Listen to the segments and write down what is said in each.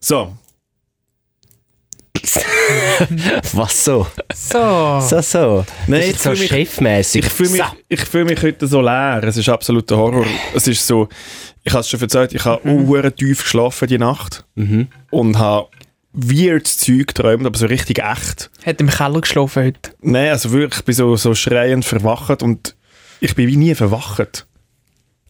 So. Was so? So. Oh. So, so. Nein, Ist ich jetzt so fühl mich- chefmäßig. Ich fühle mich, ich fühl mich heute so leer. Es ist absoluter Horror. Es ist so, ich habe es schon erzählt, ich habe mhm. tief geschlafen die Nacht Mhm. und habe weird Zeug geträumt, aber so richtig echt. Hat im Keller geschlafen heute. Nein, also wirklich, ich bin so, so schreiend verwacht und ich bin wie nie verwacht.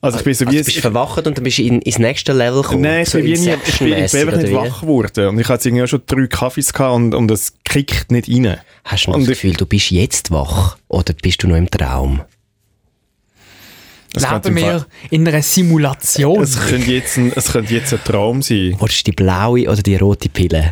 Also ich bin so also, wie... du bist verwacht und dann bist du in, ins nächste Level gekommen. Nein, ich so bin, wie nie, ich bin, ich bin Inception-mässig, einfach nicht oder wie? wach geworden. Und ich hatte jetzt irgendwie auch schon drei Kaffees gehabt und, und es kickt nicht rein. Hast du noch Und das ich- Gefühl, du bist jetzt wach oder bist du noch im Traum? Es könnte Leben im wir Fall- in einer Simulation. Es könnte, jetzt ein, es könnte jetzt ein Traum sein, Wolltest du die blaue oder die rote Pille?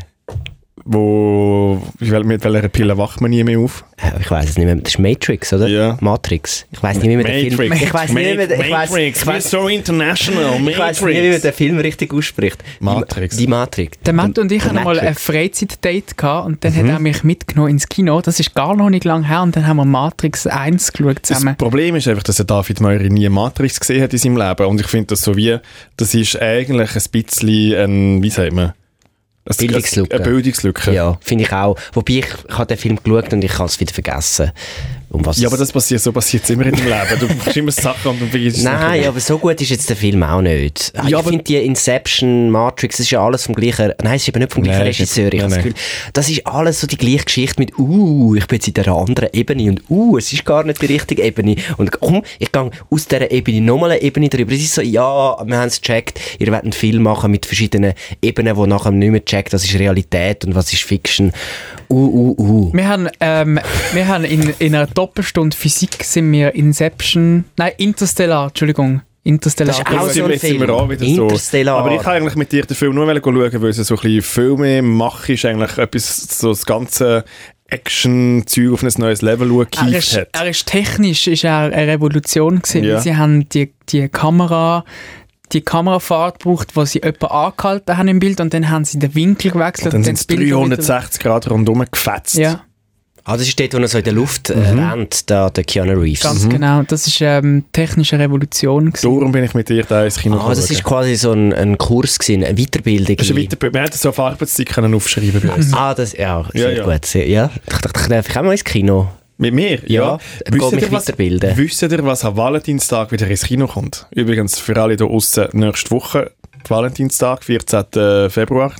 wo... Ich wel- Mit welcher Pille wacht man nie mehr auf? Äh, Ich weiß es nicht mehr. Das ist Matrix, oder? Ja. Matrix. Ich weiß nicht mehr, wie man den Film. Ich weiß nicht mehr. wie man- Ich weiß. Ich weiß. so international. Ich weiß nicht, wie man den Film richtig ausspricht. Die- Matrix. Die Matrix. Der Matt und ich Der hatten mal ein Matrix. Freizeitdate gehabt und dann Mhm. hat er mich mitgenommen ins Kino. Das ist gar noch nicht lange her und dann haben wir Matrix 1 geschaut Das zusammen. Problem ist einfach, dass er David Meury nie Matrix gesehen hat in seinem Leben. Und ich finde das so wie, das ist eigentlich ein bisschen ein, wie sagt man? Ein- Bildungslücke. Eine Bildungslücke. Ja. Ja, finde ich auch. Wobei ich, ich habe den Film geschaut und ich habe es wieder vergessen. Um was aber das passiert, so passiert es immer in deinem Leben. Du machst immer Sachen und du vergisst es nachher. Nein, aber so gut ist jetzt der Film auch nicht. Ah, Ja, ich aber- finde die Inception, Matrix, das ist ja alles vom gleichen. Nein, es ist eben nicht vom gleichen Nein, es ist- Regisseur. Ich nein, habe das nein. Gefühl, das ist alles so die gleiche Geschichte mit, uh, ich bin jetzt in einer anderen Ebene und uh, es ist gar nicht die richtige Ebene. Und komm, ich gehe aus dieser Ebene nochmal eine Ebene drüber. Es ist so, ja, wir haben es gecheckt, ihr wollt einen Film machen mit verschiedenen Ebenen, wo nachher nicht mehr checkt, was ist Realität und was ist Fiction. Uh, uh, uh. Wir haben, ähm, wir haben in, in einer Doppelstunde Physik sind wir Inception, nein, Interstellar, Entschuldigung. Interstellar. Das ist auch Jetzt so geschaut. sind ein wir- jetzt sind wir Film. auch wieder Interstellar. So. Aber ich wollte eigentlich mit dir den Film nur schauen, weil es so ein bisschen Filme machen ist, eigentlich etwas, so das ganze Action-Zeug auf ein neues Level Ah, gekieft er, ist, hat. er ist technisch ist er eine Revolution gewesen. Ja. weil Sie haben die, die Kamera, die Kamerafahrt gebraucht, wo sie jemanden angehalten haben im Bild und dann haben sie den Winkel gewechselt. Dann und sind es das Bild wieder- 360 Grad rundum gefetzt. Ja, Ah, das ist dort, wo er so in der Luft äh, Mhm. rennt, da, der Keanu Reeves. ganz genau. Das ist ähm, technische Revolution gewesen. Darum bin ich mit dir da ins Kino Ah, das gegangen. ist quasi so ein, ein Kurs gewesen, eine Weiterbildung. Das ist ein weiter Wir hätten so auf Arbeitszeit können aufschreiben bei uns. Ah, das, ja, sehr Mhm. ja. gut. Sehr, ja. Ich dachte, ich darf ich auch mal ins Kino. Mit mir? Ja, dann Wisst geh mich ihr, was- weiterbilden. Wisst ihr, was am Valentinstag wieder ins Kino kommt? Übrigens, für alle da außen nächste Woche, Valentinstag, 14. Februar.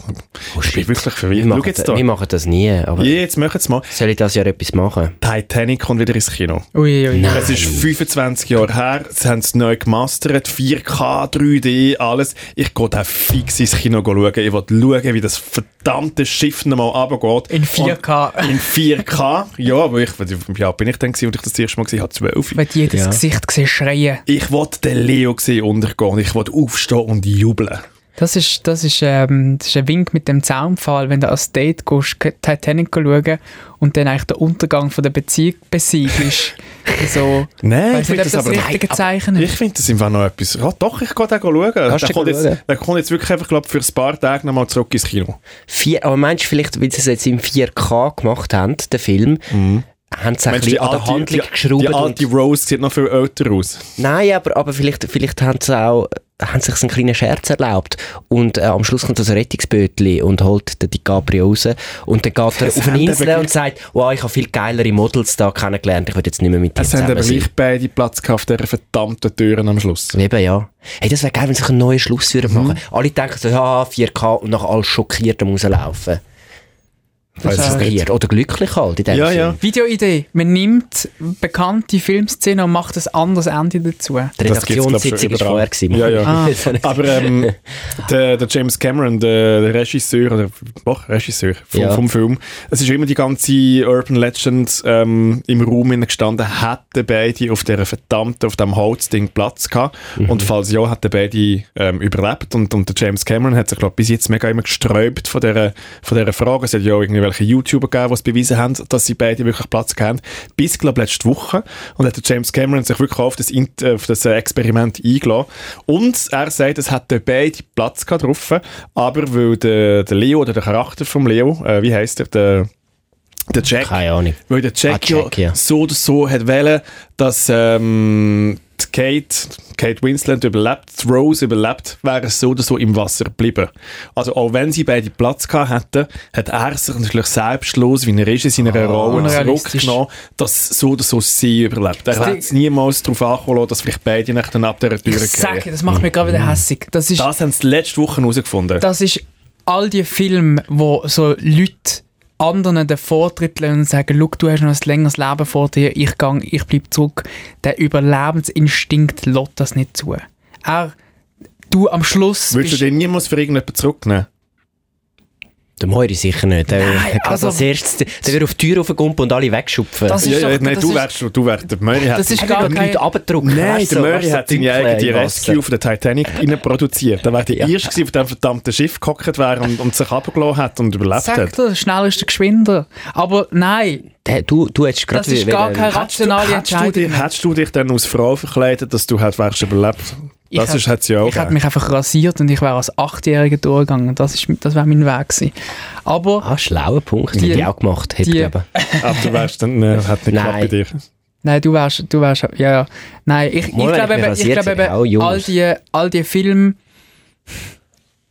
ich bin wirklich Oh, Wir verwirrt. Schau machen, jetzt da- da. wir machen das nie, aber Jetzt machen es mal. soll ich das ja etwas machen? Titanic kommt wieder ins Kino. Uiuiui. Nein. Es ist 25 Jahre her, sie haben es neu gemastert, 4K, 3D, alles. Ich gehe da fix ins Kino schauen. Ich will schauen, wie das verdammte Schiff nochmal runtergeht. In 4K. Und in 4K? ja, aber ich, ja, bin ich dann gewesen, als ich das, das erste Mal gesehen habe, 12. Wenn du jedes Ja. Gesicht siehst, schreien. Ich will den Leo sehen untergehen und ich will aufstehen und jubeln. Das ist, das, ist, ähm, das ist ein Wink mit dem Zaunpfahl, wenn du als Date gehst, K- Titanic schauen und dann eigentlich der Untergang von der Beziehung besiegelst. so, Nein, weißt du, ob das, das richtige Zeichen Ich ist? finde das im Fall noch etwas. Ja, doch, ich gehe da schauen. Der du kommt, schauen? jetzt, der kommt jetzt wirklich einfach, glaub, für ein paar Tage nochmal zurück ins Kino. Vier, aber meinst du vielleicht, weil sie es jetzt im 4K gemacht haben, den Film, haben sie ein Mhm. Meinst du, bisschen an der Handlung die, geschraubt? die alte und, Rose sieht noch viel älter aus. nein, aber, aber vielleicht, vielleicht haben sie auch haben sich einen kleinen Scherz erlaubt und äh, am Schluss kommt das Rettungsbötli und holt den DiCaprio raus und dann geht er auf haben eine eben Insel gleich- und sagt, wow, ich habe viel geilere Models da kennengelernt, ich will jetzt nicht mehr mit dir Es haben zusammen aber sein. gleich beide Platz gehabt auf dieser verdammten Türen am Schluss. Eben, ja. Hey, das wäre geil, wenn sie einen neuen Schluss würden Mhm. machen Alle denken so, ja, 4K und nachher alles schockiert am rauslaufen. Weiss ist es auch- nicht. Hier. Oder glücklich halt in dem Ja, Sinn. ja. Videoidee. Man nimmt bekannte Filmszenen und macht ein anderes Ende dazu. Die Das gibt's, glaub, Redaktionssitzung schon war überall. vorher. Gewesen. Ja, ja. Ah. Aber ähm, der, der James Cameron, der, der Regisseur, oder doch, Regisseur vom, Ja. vom Film, es ist immer die ganze Urban Legend ähm, im Raum innen gestanden, hätten beide auf dieser verdammten, auf dem Holzding Platz gehabt. Mhm. Und falls ja, hätten beide ähm, überlebt. Und, und der James Cameron hat sich, glaube bis jetzt mega immer gesträubt von dieser, von dieser Frage. Es hat ja auch irgendwelche YouTuber gegeben, die es bewiesen haben, dass sie beide wirklich Platz gehabt haben. Bis, glaube letzte Woche. Und hat der James Cameron sich wirklich auf das, Int- äh, auf das äh, Experiment eingeladen. Und er sagt, es hätten beide Platz gehabt drauf. Aber weil der, der Leo oder der Charakter vom Leo, äh, wie heißt er, der, der Jack, Keine Ahnung. weil der Jack, Ah, Jack, ja ja. so oder so hat wählen, dass ähm, die Kate, Kate Winslet überlebt, die Rose überlebt, wäre es so oder so im Wasser geblieben. Also auch wenn sie beide Platz gehabt hätten, hat er sich natürlich selbstlos, wie er ist, in seiner Rolle Ah, unrealistisch. zurückgenommen, dass so oder so sie überlebt. Er Das hat Ding- es niemals darauf angekommen, lassen, dass vielleicht beide nach dann ab dieser Tür Sag, gehen. das macht mich gerade wieder hässig. Das ist, Das haben sie letzte Woche herausgefunden. das ist all die Filme, wo so Leute anderen den Vortritt lassen und sagen, «Schau, du hast noch ein längeres Leben vor dir, ich gang, ich bleib zurück. Der Überlebensinstinkt lässt das nicht zu. Er, du am Schluss Würdest du bist... den niemals für irgendjemanden zurücknehmen? Der Moiri sicher nicht. Der, Nein, der kann also- als erstes, der wird auf die Tür raufgumpen und alle wegschupfen. Das ist Ja, doch- ja, nein, das du ist- wärst schon, du wärst, der Murray hat Das ist Er gar wird die kein... Leute abdrücken. Nein, Weißt du, der Murray weißt du, hat seine Dünkel eigene im Wasser. Rescue auf der Titanic rein produziert. Da wäre der Ja. Erste gewesen, der auf dem verdammten Schiff gehockt wäre und, und sich abgelassen hat und überlebt Sag hat. dir, schneller ist der Geschwinder. Aber nein, Der, du, du hättest gerade das ist gar wieder- keine rationale Hättest du, Entscheidung. dich, hättest du dich dann als Frau verkleidet, dass du halt wärst überlebt? Ich Das hätt- ist, hat sie ja auch Ich hätte gegeben. mich einfach rasiert und ich wäre als Achtjähriger durchgegangen. Das, ist, das wäre mein Weg gewesen. Aber, Ah, schlauer Punkt. Die- Hätte ich auch gemacht. Hätte die- ich aber. Aber du wärst dann, äh, hat nicht geklappt bei Nein. dir. nein, du wärst, du wärst, ja, ja. Nein, ich, ich Mal, wenn ich glaube mich eben, ich rasiert glaube hätte, auch eben, jung. all die, all die Filme,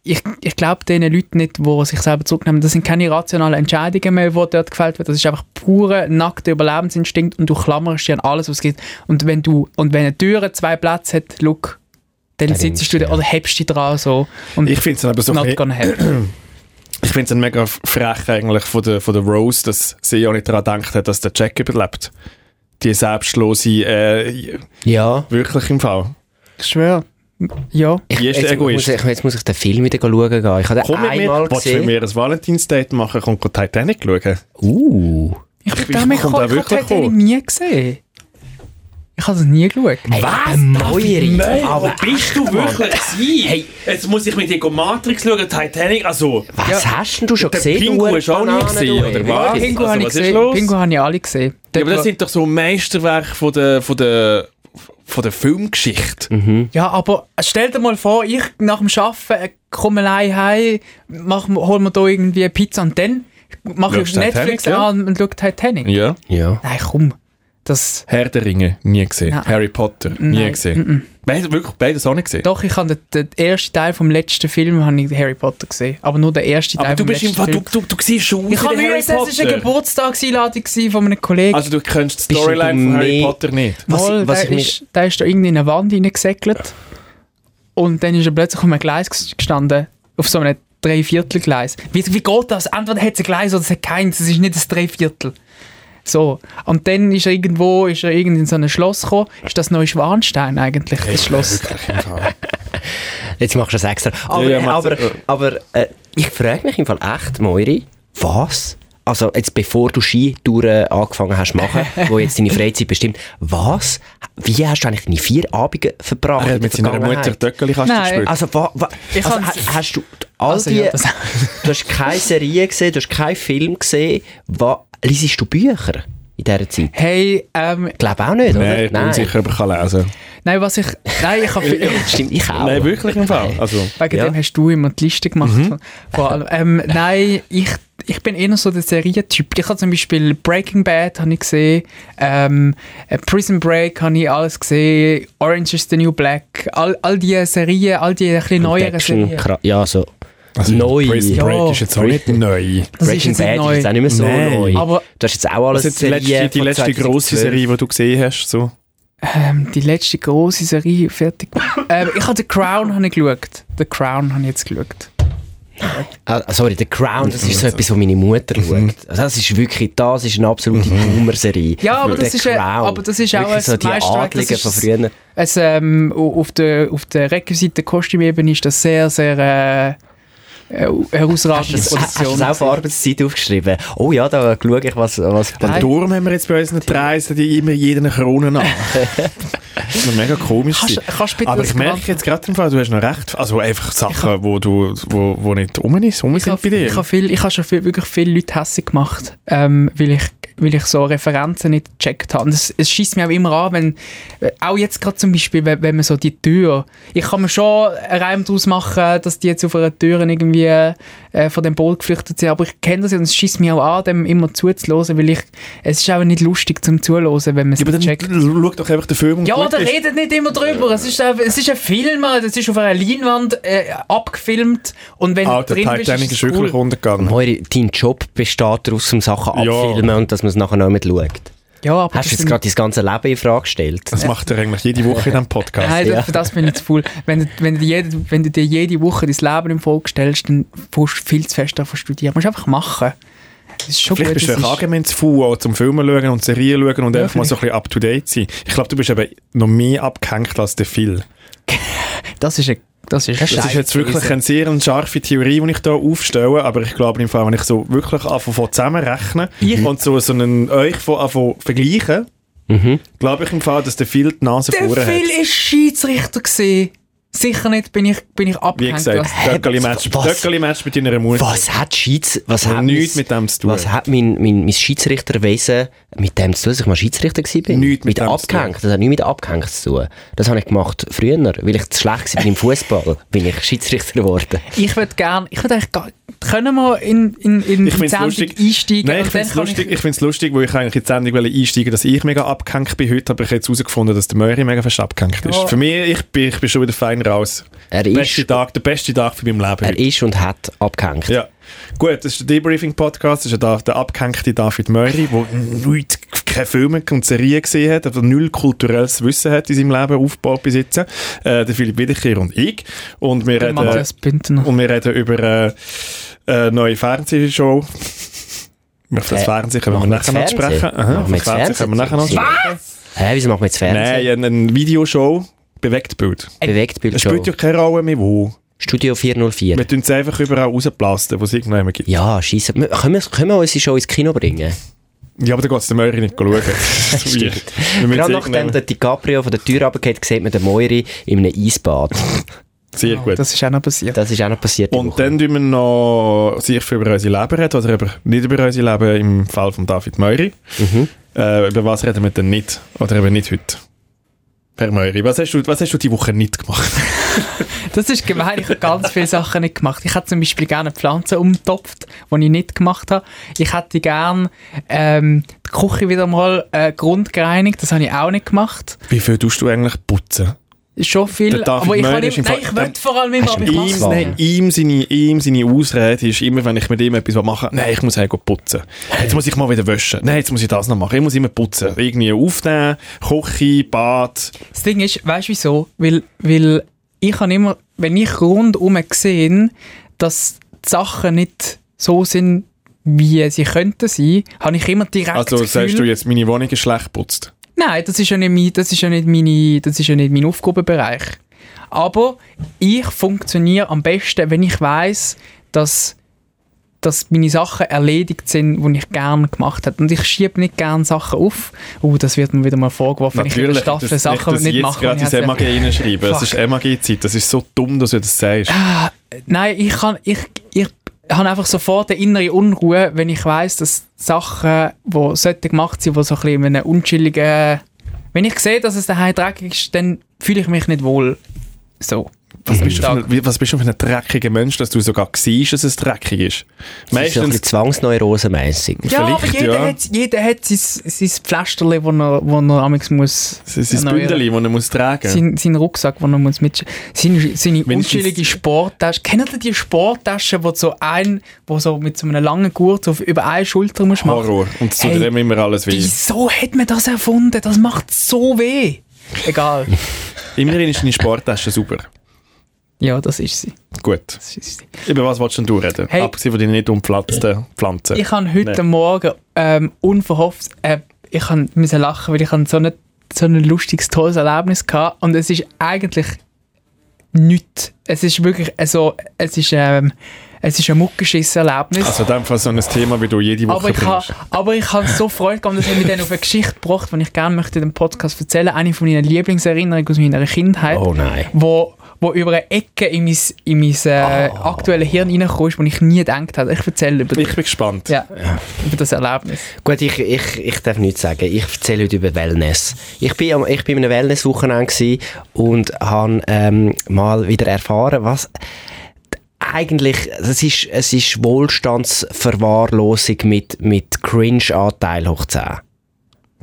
ich, ich glaube diesen Leuten nicht, die sich selber zurücknehmen, das sind keine rationalen Entscheidungen mehr, die dort gefällt werden. Das ist einfach pure, nackter Überlebensinstinkt und du klammerst dich an alles, was es gibt. Und wenn du, und wenn eine Tür zwei Plätze hat, look, dann Dann sitzt nimmst du du, da ja. oder hebst dich dran so und Ich eh finde es aber so not ein- gonna happen. ich find's dann mega frech eigentlich von der, von der Rose, dass sie ja nicht daran gedacht hat, dass der Jack überlebt. Die selbstlose, äh, Ja. wirklich im Fall. Ich schwöre. Ja. Ich, Die ist jetzt, Egoist. muss ich, jetzt muss ich den Film wieder schauen gehen. Ich habe den Komm mit mir, einmal willst du mit gesehen. mir ein Valentinsdate machen, komm go Titanic schauen? Uh. Ich bin Ich- da ich mit komm da wirklich Kontakt habe ich vor. nie gesehen. Ich habe das nie geschaut. Was? Moiri. Aber bist du wirklich sie? Hey, jetzt muss ich mit dir Matrix schauen, Titanic, also... was hast denn du schon Der gesehen? Pingu du ist auch nie Banane, gesehen, du, oder ey, was? wirklich? Pingu also, habe ich was ist gesehen. los? Pingu habe ich alle gesehen. Ja, Dort, aber das wo- sind doch so Meisterwerke von der, von der, von der Filmgeschichte. ja, aber stell dir mal vor, ich nach dem Arbeiten äh, komme allein heim, mach, hol mir da irgendwie eine Pizza und dann mache ich Schaust auf Netflix Titanic, ja? an und schaue Titanic. Ja. Ja. Nein, komm. Das, Herr der Ringe, nie gesehen. Nein. Harry Potter, nie Nein. gesehen. Beides, wirklich, beides auch nicht gesehen. doch, ich habe den, den ersten Teil vom letzten Film habe ich Harry Potter gesehen. Aber nur den ersten Teil Aber du vom bist im letzten Fall, du, Film. du, du siehst schon aus Ich wie habe der mir Harry es ist eine Potter. Geburtstagseinladung gewesen von einem Kollegen. Also du kennst die Bist Storyline du von Harry mehr- Potter nicht. Was Mal, ich- was der, ich mir- ist, der ist da irgendwie in eine Wand reingesäckelt. Und dann ist er plötzlich auf einem Gleis ges- gestanden. Auf so einem Dreiviertelgleis. Wie, wie geht das? Entweder hat es ein Gleis oder es hat keins. Es ist nicht das Dreiviertel. So. Und dann ist er irgendwo, ist er irgendwie in so ein Schloss gekommen. Ist das Neuschwanstein eigentlich, das Schloss? Jetzt machst du es extra. Aber, Ja, ja, aber, mach's, äh. aber äh, ich frage mich im Fall echt, Moiri, was? Also jetzt bevor du Skitouren angefangen hast zu machen, wo jetzt deine Freizeit bestimmt, was? Wie hast du eigentlich deine vier Abende verbracht? Er hat in mit der seiner Mutter Vergangenheit? Döckelkasten Nein. gespielt. Also, wa, wa, Ich also ha, kann's- hast du all Also, die... ja, das- du hast keine Serie gesehen, du hast keinen Film gesehen. Wa, liest du Bücher in dieser Zeit? Hey, ähm, Ich glaube auch nicht, Nein, oder? ich bin unsicher, ob ich kann lesen nein, was ich. Nein, ich habe. Stimmt, ich auch. kann. Nein, wirklich im Fall. Also, Wegen Ja. Mhm. dem hast du immer die Liste gemacht. Von- Vor allem. Ähm, nein, ich, ich bin eher so der Serientyp. Ich habe zum Beispiel Breaking Bad habe ich gesehen, ähm, äh, Prison Break habe ich alles gesehen, Orange is the New Black, all, all die Serien, all die ein bisschen neueren Action, Serien. kra- ja, so neu. also, Prison Break Ja. ist jetzt auch nicht neu. Das Breaking ist jetzt nicht Bad neu. ist jetzt auch nicht mehr so Nein. neu. Aber- das ist jetzt auch alles Was ist Also die letzte, Serie die von letzte 2012. grosse Serie, die du gesehen hast? So? Ähm, die letzte große Serie fertig. ähm, ich habe The Crown habe ich geschaut. The Crown habe ich jetzt geschaut. Ah, sorry, The Crown, das Mhm. ist so etwas, was meine Mutter schaut. Also das ist wirklich, das ist eine absolute Mhm. Boomer-Serie. Ja, aber The das ist ja- Crown. aber das ist auch wirklich so ein die Meisterwerk, Adligen das ist von früher. Also, ähm, au- auf der, auf der Requisite Kostümebene ist das sehr, sehr äh, äh, herausragende Das, hast du Produktion. das auch vor Arbeitszeit aufgeschrieben? Oh ja, da schaue ich, was... was Den Turm haben wir jetzt bei uns nicht reisen, die immer jeden Krone nach. das ist mega komisch. Kannst- sein. kannst du bitte Aber das ich merke Gewand- jetzt gerade im Fall, du hast noch recht. Also einfach Sachen, wo, du, wo, wo nicht rum, ist, rum Ich sind habe bei dir. ich hab viel, ich hab schon viel, wirklich viele Leute hässlich gemacht, ähm, weil ich weil ich so Referenzen nicht gecheckt habe. Und es, es schießt mir auch immer an, wenn, äh, auch jetzt gerade zum Beispiel, wenn, wenn man so die Tür, ich kann mir schon einen Reim daraus machen, dass die jetzt auf einer Tür irgendwie äh, von dem Boot geflüchtet sind, aber ich kenne das ja und es schießt mir auch an, dem immer zuzuhören, weil ich, es ist auch nicht lustig zum Zuhören, wenn man es Ja, aber nicht dann checkt. schau doch einfach den Film und Ja, gut oder ist. redet nicht immer drüber. Es ist, ein- es ist ein Film, Alter. es ist auf einer Leinwand äh, abgefilmt und wenn Alter, du drin bist, Ah, Titanic ist ist es wirklich cool. runtergegangen. Moiri, dein Job besteht daraus, um Sachen Ja. abfilmen und dass man es nachher noch mit schaut. Ja, Hast aber du das jetzt sind- gerade dein ganze Leben in Frage gestellt? Das macht er eigentlich jede Woche in diesem Podcast. Nein, Ja. für das bin ich zu faul. Wenn du, wenn, du dir jede, wenn du dir jede Woche dein Leben im Fokus stellst, dann fährst du viel zu fest davon studieren. Musst einfach machen. Das ist schon Vielleicht gut. bist du das einfach ist- allgemein zu faul, auch zum Filmen schauen und Serien schauen und Ja, einfach mal so ein bisschen up-to-date sein. Ich glaube, du bist eben noch mehr abgehängt als der Phil. das ist ein das ist, Das ist jetzt wirklich eine sehr scharfe Theorie, die ich hier aufstelle, aber ich glaube im Fall, wenn ich so wirklich anfange zusammenrechnen und so, so einen euch von- anfange vergleichen, Mhm. glaube ich im Fall, dass der Phil die Nase Der vorne hat. Phil war Schiedsrichter. Gewesen. Sicher nicht bin ich, bin ich Wie abgehängt. gesagt, worden. Döckeli-Match was- Döckeli-Match mit deiner Mutter. Was hat Schieds... Was Hat hat nichts mein- mit dem zu tun. Was hat mein, mein, mein Schiedsrichterwesen mit dem zu tun, dass ich mal Schiedsrichter war? Nichts mit dem zu tun. abgehängt. Das hat nichts mit abgehängt zu tun. Das habe ich gemacht früher, weil ich zu schlecht war im Fußball, bin ich Schiedsrichter geworden. Ich würde gerne, ich würde eigentlich, gar- können wir in, in, in Ich die finde es Sendung lustig. einsteigen? Nein, und ich dann finde es kann lustig, ich find's lustig, weil ich eigentlich in die Sendung wollte einsteigen dass ich mega abgehängt bin. Heute habe ich jetzt herausgefunden, dass der Möri mega fest abgehängt ist. Ja. Für mich, ich bin, ich bin schon wieder fein raus. Er Beste ist, Tag, der beste Tag für mein Leben er heute. ist und hat abgehängt. Ja. Gut, das ist der Debriefing-Podcast. Das ist ja da- der abgehängte David Möri, der nichts, keine Filme und Serien gesehen hat, der null kulturelles Wissen hat in seinem Leben aufgebaut bis jetzt. Äh, der Philipp Wiederkehr und ich. Und wir Der reden... Matthias Bündner. Und wir reden über äh, eine neue Fernsehshow. Auf das Äh, Fernsehen können wir machen wir nachher noch das Fernsehen? sprechen. Machen wir Aha, auf das das Fernsehen können wir nachher noch Fernsehen? sprechen. Hä, wieso machen wir jetzt Fernsehen? Nein, eine, eine Videoshow, bewegt Bild. Bewegt Es spielt ja keine Rolle mehr wo. Studio 404. Wir tun es einfach überall rausblasten, wo es irgendjemand gibt. Ja, scheisse. Wir- Können wir, können wir unsere Show ins Kino bringen? Ja, aber da geht es den Möri nicht schauen. Stimmt. Gerade nachdem der DiCaprio von der Tür runtergeht, sieht man den Moiri in einem Eisbad. Sehr gut. Das ist auch noch passiert. Das ist auch noch passiert. die Und Woche. dann tun wir noch sehr viel über unser Leben reden, oder über, nicht über unser Leben im Fall von David Meury. Äh, über was reden wir denn nicht? Oder eben nicht heute? Herr Meury, was hast du, was hast du die Woche nicht gemacht? Das ist gemein, ich habe ganz viele Sachen nicht gemacht. Ich hätte zum Beispiel gerne Pflanzen umtopft, die ich nicht gemacht habe. Ich hätte gerne ähm, die Küche wieder mal äh, grundgereinigt, das habe ich auch nicht gemacht. Wie viel tust du eigentlich putzen? Schon viel, Der David aber ich, Möller kann ist nicht, im nein, Fall- ich will vor allem immer Hast du aber ihn- ich Ihm, mach's nicht. Wasser. nein, ihm, seine, ihm seine Ausrede ist immer, wenn ich mit ihm etwas machen will, nein, ich muss heim gehen putzen. Jetzt muss ich mal wieder waschen. Nein, jetzt muss ich das noch machen. Ich muss immer putzen. Irgendwie aufnehmen, kochen, Bad. Das Ding ist, weißt du wieso? Weil, weil ich habe immer, wenn ich rundum sehe, dass die Sachen nicht so sind, wie sie könnten sein, habe ich immer direkt Also das Gefühl, sagst du jetzt, meine Wohnung ist schlecht putzt. Nein, das ist ja nicht mein, das ist ja nicht meine, das ist ja nicht mein Aufgabenbereich. Aber ich funktioniere am besten, wenn ich weiß, dass, dass meine Sachen erledigt sind, die ich gerne gemacht habe. Und ich schiebe nicht gerne Sachen auf. Uh, das wird mir wieder mal vorgeworfen, wenn ich in der Staffel das- Sachen dass ich nicht jetzt mache. gerade die ich ins hätte- MAG reinschreiben. Es Fuck. Ah, ist MAG-Zeit. Das ist so dumm, dass du das sagst. Nein, ich kann, ich, ich habe einfach sofort eine innere Unruhe, wenn ich weiß, dass Sachen, die sollten gemacht sein, die so ein bisschen in einem unschilligen, wenn ich sehe, dass es daheim dreckig ist, dann fühle ich mich nicht wohl. So. Was bist, du für Tag. ein, wie- was bist du für ein dreckiger Mensch, dass du sogar siehst, dass es dreckig ist? Das ist so ein Meistens, bisschen zwangsneurosenmässig. Ja, aber Vielleicht, jeder ja. hat, jeder hat sein, sein Pflasterli, wo er, wo er amigs muss, es ist ein Nein, ja. Bündeli, das er muss tragen muss. sein, sein Rucksack, wo er muss mit, seine, seine Mindestens- unschillige Sporttasche. Kennt ihr die Sporttaschen, wo so ein, wo so mit so einem langen Gurt so über eine Schulter muss machen? Horror. Und es tut Hey, dem immer alles weh. Wieso hat man das erfunden? Das macht so weh. Egal. Immerhin ist deine Sporttasche super. ja, das ist sie. Gut. Das ist sie. Über was willst denn du reden? Hey. Abgesehen von deinen nicht umpflanzten Pflanzen. Ich habe heute Nein. Morgen ähm, unverhofft, äh, ich han müssen lachen, weil ich han so, eine, so ein lustiges, tolles Erlebnis hatte. Und es ist eigentlich nichts. Es ist wirklich, also, es ist, ähm, es ist ein muckisches Erlebnis. Also in dem Fall so ein Thema, wie du jede Woche Aber ich, ha, bringst. aber ich habe so Freude gehabt, und das hat mich dann auf eine Geschichte gebracht, die ich gerne möchte in dem Podcast erzählen. Eine von meinen Lieblingserinnerungen aus meiner Kindheit. Oh nein. Wo, wo über eine Ecke in mein, in mein äh, aktuelles Hirn reinkommst, wo ich nie gedacht habe. Ich erzähle über, Ich bin gespannt. ja, über das Erlebnis. Gut, ich, ich, ich darf nichts sagen. Ich erzähle heute über Wellness. Ich bin, am- ich bin in einem Wellness-Wochenende gewesen und habe ähm, mal wieder erfahren, was eigentlich, es ist, es ist Wohlstandsverwahrlosung mit, mit Cringe-Anteil hoch 10.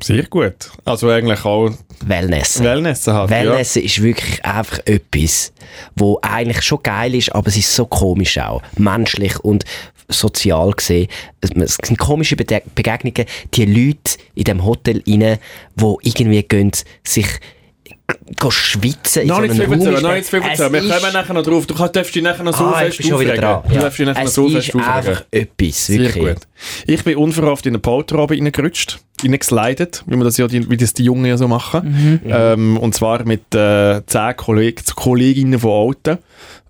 Sehr gut. Also eigentlich auch Wellness. Wellness halt. Wellness ist wirklich einfach etwas, wo eigentlich schon geil ist, aber es ist so komisch auch. Menschlich und sozial gesehen. Es es sind komische Bede- Begegnungen. Die Leute in dem Hotel rein, wo irgendwie gehen, sich go schwitzen in Ja. Noch so nicht einem zu viel erzählen, Raum. ist- noch nicht zu viel Es erzählen. Wir ist- kommen nachher noch drauf. Du kannst- darfst dich nachher noch so Ah, ich fest bin schon wieder aufregen. dran. Du Ja. darfst dich nachher noch Es so ist fest aufregen. einfach etwas, Sehr wirklich. gut. Ich bin unverhofft in eine Polterrobe reingerutscht, reingeslidet, wie, man das ja die, wie das die Jungen ja so machen. Mhm. Ähm, und zwar mit äh, zehn Kolleg Kolleginnen von Alten,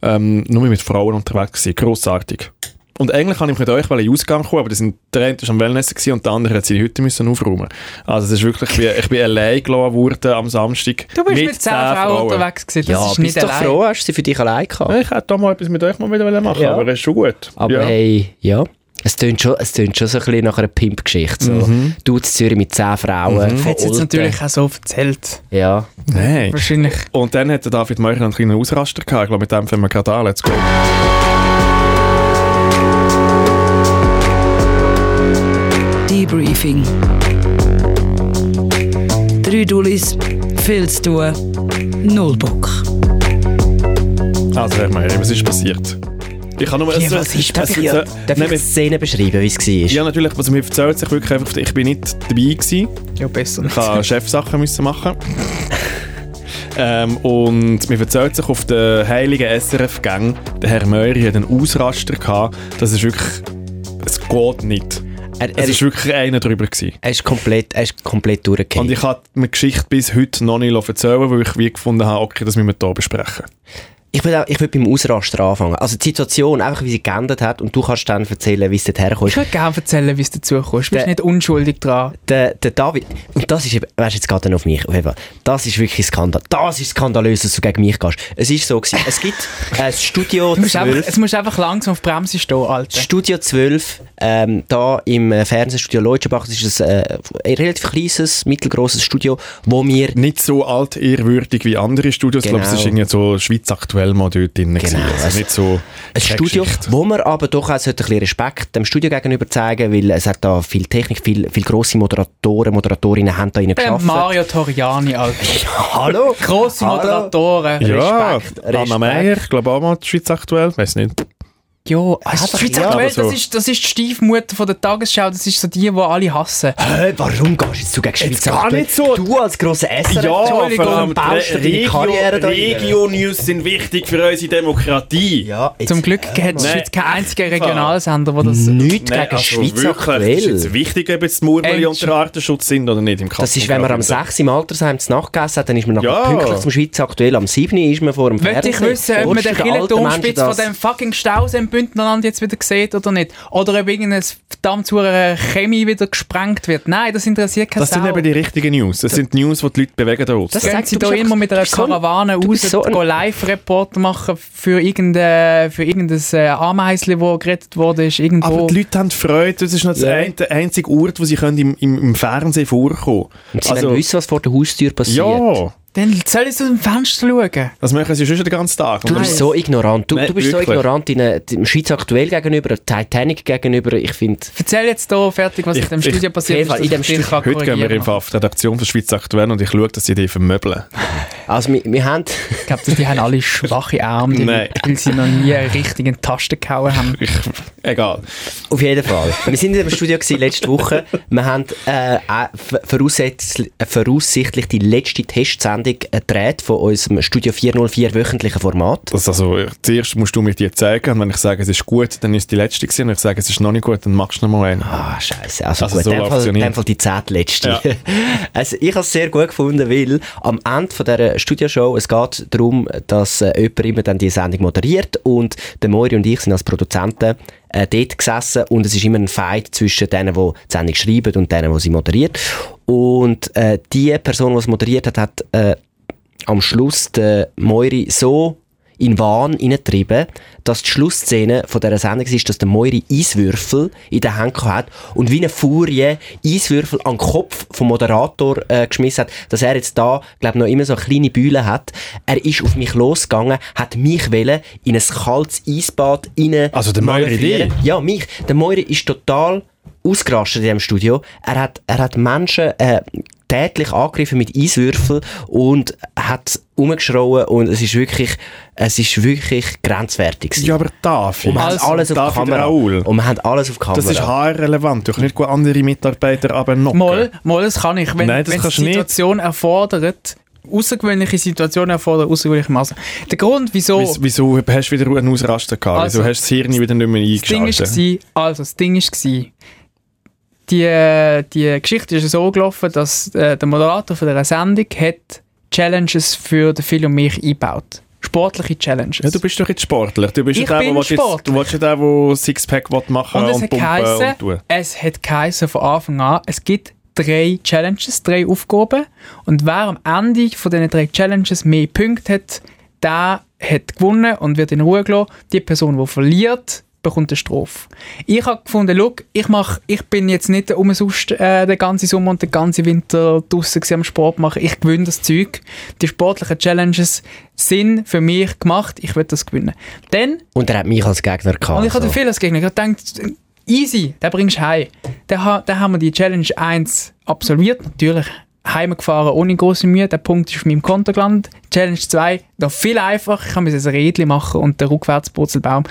ähm, nur mit Frauen unterwegs gewesen. Grossartig. Und eigentlich wollte ich mit euch in den Ausgang kommen, aber das sind, der eine war am Wellness gewesen und der andere hat seine Hütte müssen aufräumen. Also es ist wirklich, wie, ich bin allein gelassen worden am Samstag. Du bist mit, zehn Frauen, unterwegs gewesen. Das Ja, ist bist nicht doch allein. froh, hast du sie für dich allein gehabt. Ja, Ah, Ich hätte da mal etwas mit euch mal wieder machen wollen, Ja. aber es ist schon gut. Aber ja. hey, ja. Es tönt schon, es tönt schon so ein bisschen nach einer Pimp-Geschichte. So. Mhm. Du in Zürich mit zehn Frauen. Ich hätte es jetzt verurteilt. natürlich auch so erzählt. Ja. Nein. Wahrscheinlich. Und dann hat der David Meuchler noch einen kleinen Ausraster gehabt. Ich glaube, mit dem fangen wir gerade an. Let's go. Debriefing. Drei Dullis, viel zu tun, null Bock. Also, Herr Meuchler, was ist passiert? Ich kann nur... Ja, was ist das? Ja, darf Nein, ich die wir- Szene beschreiben, wie es war? ja, natürlich. Also, mir erzählt sich wirklich einfach... Ich bin nicht dabei gewesen. Ja, besser Ich musste Chefsachen müssen machen. ähm, und mir erzählt sich auf den heiligen SRF-Gang, der Herr Meury hat einen Ausraster gehabt. Das ist wirklich... Es geht nicht. Er, er, Es ist ist, wirklich einer drüber gewesen. er, ist komplett, er ist komplett Und durchgefallen. ich habe mir die Geschichte bis heute noch nicht erzählen, weil ich wie gefunden habe, okay, das müssen wir hier besprechen. Ich würde ich würd beim Ausraster anfangen. Also die Situation, einfach wie sie geändert hat und du kannst dann erzählen, wie es dort herkommt. Ich würde gerne erzählen, wie es dazu kommt. Du Der- bist nicht unschuldig dran. Der, der David, und das ist eben, weißt du, jetzt geht er noch auf mich, auf jeden Fall. Das ist wirklich Skandal. Das ist skandalös, dass du gegen mich gehst. Es ist so gewesen. Es gibt ein Studio Du musst einfach, 12. es musst einfach langsam auf die Bremse stehen, Alter. Studio 12, ähm, da im äh, Fernsehstudio Leutschenbach, das ist ein, äh, ein relativ kleines, mittelgroßes Studio, wo wir Nicht so altehrwürdig wie andere Studios. Ich glaube, es Genau. ist irgendwie so Schweiz aktuell mal dort drin. gewesen. Genau. Also nicht so ein keine Studio, Geschichte. wo man aber doch auch sollte ein bisschen Respekt dem Studio gegenüber zeigen, weil es hat da viel Technik, viel, viel grosse Moderatoren, Moderatorinnen haben da rein Der geschafft. Äh, Mario Toriani, Alter. Hallo? Grosse Hallo? Moderatoren. Ja, Respekt, Anna Respekt. Meyer, ich glaube auch mal Schweiz aktuell. Weiß nicht. Jo, also doch- Schweiz ja, aktuell, aber so. das, ist, das ist die Stiefmutter von der Tagesschau. Das ist so die, die alle hassen. Hä, warum gehst jetzt du gegen Schweiz? gar Aktuell? nicht so. Du als grosser Esser. baust du deine Karriere da rein. Regio-News sind wichtig für unsere Demokratie. Ja, jetzt Zum Glück hat die Mann. Schweiz keinen Nein, einzigen echt Regionalsender, der das... Nichts Nein, gegen also Schweiz wirklich, Es ist aktuell. jetzt wichtig, ob jetzt die Murmeli Entsch- unter Artenschutz sind oder nicht im Kanton. Das ist, wenn man am Graubünden. 6 im Altersheim zu Nacht gegessen hat, dann ist man nachher Ja. pünktlich zum Schweiz aktuell. Am 7 ist man vor dem Möchte ich Fernsehen. wissen, ob man Ortst du den den alten Kirchenturmspitz Menschen von das? dem fucking Staus im Bündnerland jetzt wieder sieht oder nicht? Oder ob irgendein verdammt saurer Chemie wieder gesprengt wird? Nein, das interessiert keine Das sind Sau. eben die richtigen News. Das sind die News, die die Leute bewegen da draussen. Das- Gehen sagt, sie du da bist immer einfach- mit einer du bist so ein- Karawane du raus, bist so ein- gehen Live-Report machen für irgendein, für irgendein äh, Ameisli, das gerettet wurde, ist Aber irgendwo. die Leute haben Freude, das ist noch das Ja. ein, der einzige Ort, wo sie können im, im, im Fernsehen vorkommen Also, Und sie wollen wissen, was vor der Haustür passiert. Ja, Dann soll ich aus dem Fenster schauen. das machen sie schon den ganzen Tag. Du Und bist so ignorant. Du, Nein, du bist wirklich. so ignorant in äh, dem Schweiz aktuell gegenüber, der Titanic gegenüber. Ich finde, Erzähl jetzt hier fertig, was Ich- in dem ich- Studio passiert Eva, in dass dem ich dich Studio- kann Heute gehen wir korrigieren. im Fall auf die Redaktion von Schweiz aktuell und ich schaue, dass sie die vermöbeln. also wir, wir haben... Ich glaube, die haben alle schwache Arme, die Nein. weil sie noch nie richtig in die Tasten gehauen haben. Ich, egal. Auf jeden Fall. Wir sind im Studio gewesen, letzte Woche. Wir haben äh, äh, v- voraussetz- äh, voraussichtlich die letzte Testsendung äh, gedreht von unserem Studio 404 wöchentlichen Format. Das also, zuerst musst du mir die zeigen und wenn ich sage, es ist gut, dann ist die letzte gewesen. Und ich sage, es ist noch nicht gut, dann machst du noch mal einen. Ah, scheiße. Also, Also gut, so in dem läuft's Fall, ja in nicht. dem Fall die zehntletzte. Ja. Also, ich habe es sehr gut gefunden, weil am Ende von dieser Studioshow, es geht darum, dass äh, jemand immer dann die Sendung moderiert und der Moiri und ich sind als Produzenten äh, dort gesessen und es ist immer ein Fight zwischen denen, die die Sendung schreiben und denen, die sie moderiert. Und äh, die Person, die es moderiert hat, hat äh, am Schluss den Moiri so in Wahn hineingetrieben, dass die Schlussszene von dieser Sendung ist, dass der Moiri Eiswürfel in den Händen hat und wie eine Furie Eiswürfel an den Kopf vom Moderator äh, geschmissen hat, dass er jetzt da, glaube noch immer so eine kleine Bühle hat. Er ist auf mich losgegangen, hat mich wollen in ein kaltes Eisbad hinein Also der Moiri manövrieren. dich? Ja, mich. Der Moiri ist total ausgerastet in diesem Studio. Er hat, er hat Menschen äh, tätlich angegriffen mit Eiswürfeln und hat umgeschrauen und es ist wirklich, es ist wirklich grenzwertig gewesen. Ja, aber darf ich? und wir Also, haben alles auf Um David Kamera. Raoul. Und wir haben alles auf Kamera. Das ist haarrelevant. Du kannst nicht gut andere Mitarbeiter aber noch. Mal, mal, das kann ich. Wenn, Nein, das wenn kannst die du nicht. Situation erfordert, außergewöhnliche Situationen erfordern, außergewöhnliche Massen. Der Grund, wieso. Wieso hast du wieder einen Ausraster gehabt? Also, wieso hast du das Hirn wieder nicht mehr das Ding eingeschaltet? ist gsi, also das Ding ist gsi, die, die Geschichte ist so gelaufen, dass äh, der Moderator von dieser Sendung hat Challenges für den Phil und mich eingebaut. Sportliche Challenges. ja, du bist doch jetzt sportlich. Du bist Ich ja der, bin der jetzt- du sportlich. willst ja der, der Sixpack will machen und es und, hat pumpen geheißen, und tun. es hat geheißen von Anfang an, es gibt drei Challenges, drei Aufgaben und wer am Ende von diesen drei Challenges mehr Punkte hat, der hat gewonnen und wird in Ruhe gelassen. Die Person, die verliert, bekommt eine Strafe. Ich habe gefunden, look, ich, mach, ich bin jetzt nicht umsonst äh, den ganzen Sommer und den ganzen Winter draußen am Sport machen. Ich gewinne das Zeug. Die sportlichen Challenges sind für mich gemacht. Ich will das gewinnen. Dann und er hat mich als Gegner gehabt. also. und ich hatte so. vieles Gegner. Ich dachte, easy, den bringst du heim. Dann, ha- dann haben wir die Challenge 1 absolviert. Natürlich heimgefahren ohne große Mühe. Der Punkt ist auf meinem Konto gelandet. Challenge 2, noch viel einfacher. Ich kann mir ein Rädchen machen und den Rückwärtspurzelbaum.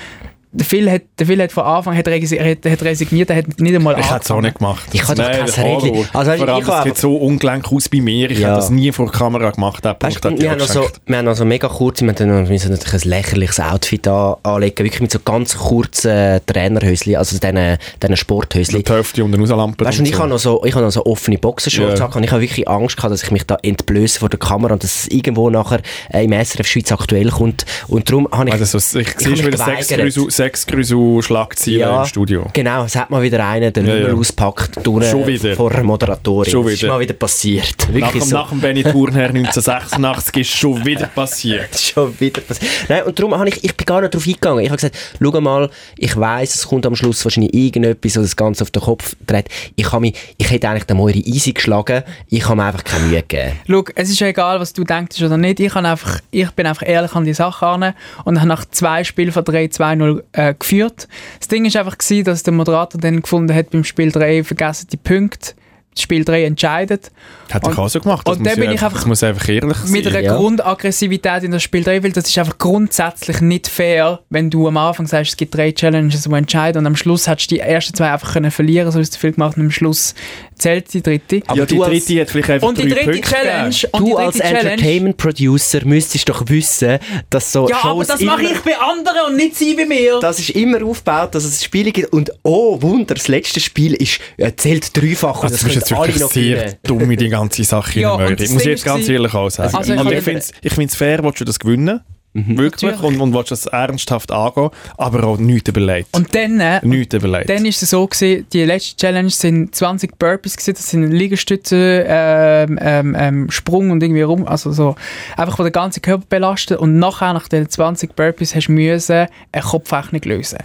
Der Phil, hat, der Phil hat von Anfang hat resi- hat, hat resigniert, er hat nicht einmal Ich hätte es auch nicht gemacht. Ich kann doch Nein, kein Horror. Rädchen- Also, weißt du, Vor allem, ich das kann sieht so ungelenk aus bei mir. Ich Ja. habe das nie vor der Kamera gemacht. Den Weißt, Punkt hat und wir, haben noch so, geschenkt. wir haben noch so mega kurz, wir mussten natürlich ein lächerliches Outfit an, anlegen, wirklich mit so ganz kurzen Trainerhösli, also diesen, diesen Sporthösli. Die Hälfte unter Rauslampen. Weißt du, und ich habe noch, so, ich hab noch so offene Boxershorts Ja. yeah. und ich habe wirklich Angst gehabt, dass ich mich da entblöße vor der Kamera und dass es irgendwo nachher äh, im SRF Schweiz aktuell kommt. Und darum habe ich... Also, so, ich, hab sehe mich schon wieder geweigert. Sexgrüsel- Sexgrüsel-Schlagzeilen im Studio. Genau, es hat mal wieder einer den Ja, Himmel ja. auspackt durch Schon wieder. vor einer Moderatorin. Schon Das ist wieder. mal wieder passiert. Nach, Wirklich dem- so. nach dem Benny Thurnherr 1986 ist schon wieder passiert. schon wieder passiert. Nein, und darum habe ich, ich bin gar nicht drauf eingegangen. Ich habe gesagt, schau mal, ich weiss, es kommt am Schluss wahrscheinlich irgendetwas, was das Ganze auf den Kopf dreht. Ich habe mich, ich hätte eigentlich den Moiri easy geschlagen, ich habe mir einfach keine Mühe gegeben. Schau, es ist ja egal, was du denkst oder nicht. Ich, kann einfach, ich bin einfach ehrlich an die Sache an und habe nach zwei Spielen von 3-2-0 äh, geführt. Das Ding ist einfach, gewesen, dass der Moderator dann gefunden hat, beim Spiel 3 vergessen die Punkte. Das Spiel 3 entscheidet. Hat er Und- auch so gemacht. Das und muss dann bin ja ich einfach- das muss einfach ehrlich sein. Mit einer Ja. Grundaggressivität in das Spiel 3, weil das ist einfach grundsätzlich nicht fair, wenn du am Anfang sagst, es gibt drei Challenges, die entscheiden und am Schluss hättest du die ersten zwei einfach können verlieren, so ist es viel gemacht und am Schluss zählt die dritte. ja, die du als- dritte hat vielleicht einfach und drei die dritte Punkte Challenge, gegeben. und die du dritte als Challenge, Entertainment-Producer müsstest doch wissen, dass so Ja, Shows aber das immer, mache ich bei anderen und nicht sie bei mir. Das ist immer aufgebaut, dass es Spiele gibt und oh Wunder, das letzte Spiel ist, äh, zählt dreifach und Also, das du bist können jetzt alle wirklich noch sehr gewinnen. dumm in die ganze Sache Ja, hinein. und das Ich muss Ding jetzt ganz ist- ehrlich auch sagen. Also, ich und kann ich wieder- finde es ich find's fair, willst du das gewinnen? Wirklich. Natürlich. Und, und willst du das ernsthaft angehen, aber auch nichts überlegt. Und dann, äh, nichts überlegt. dann ist es so gewesen, die letzte Challenge sind 20 Burpees gewesen, das sind Liegestütze, ähm, ähm, ähm, Sprung und irgendwie rum, also so einfach wo der ganze Körper belastet und nachher nach den 20 Burpees hast du müssen eine Kopfrechnung lösen.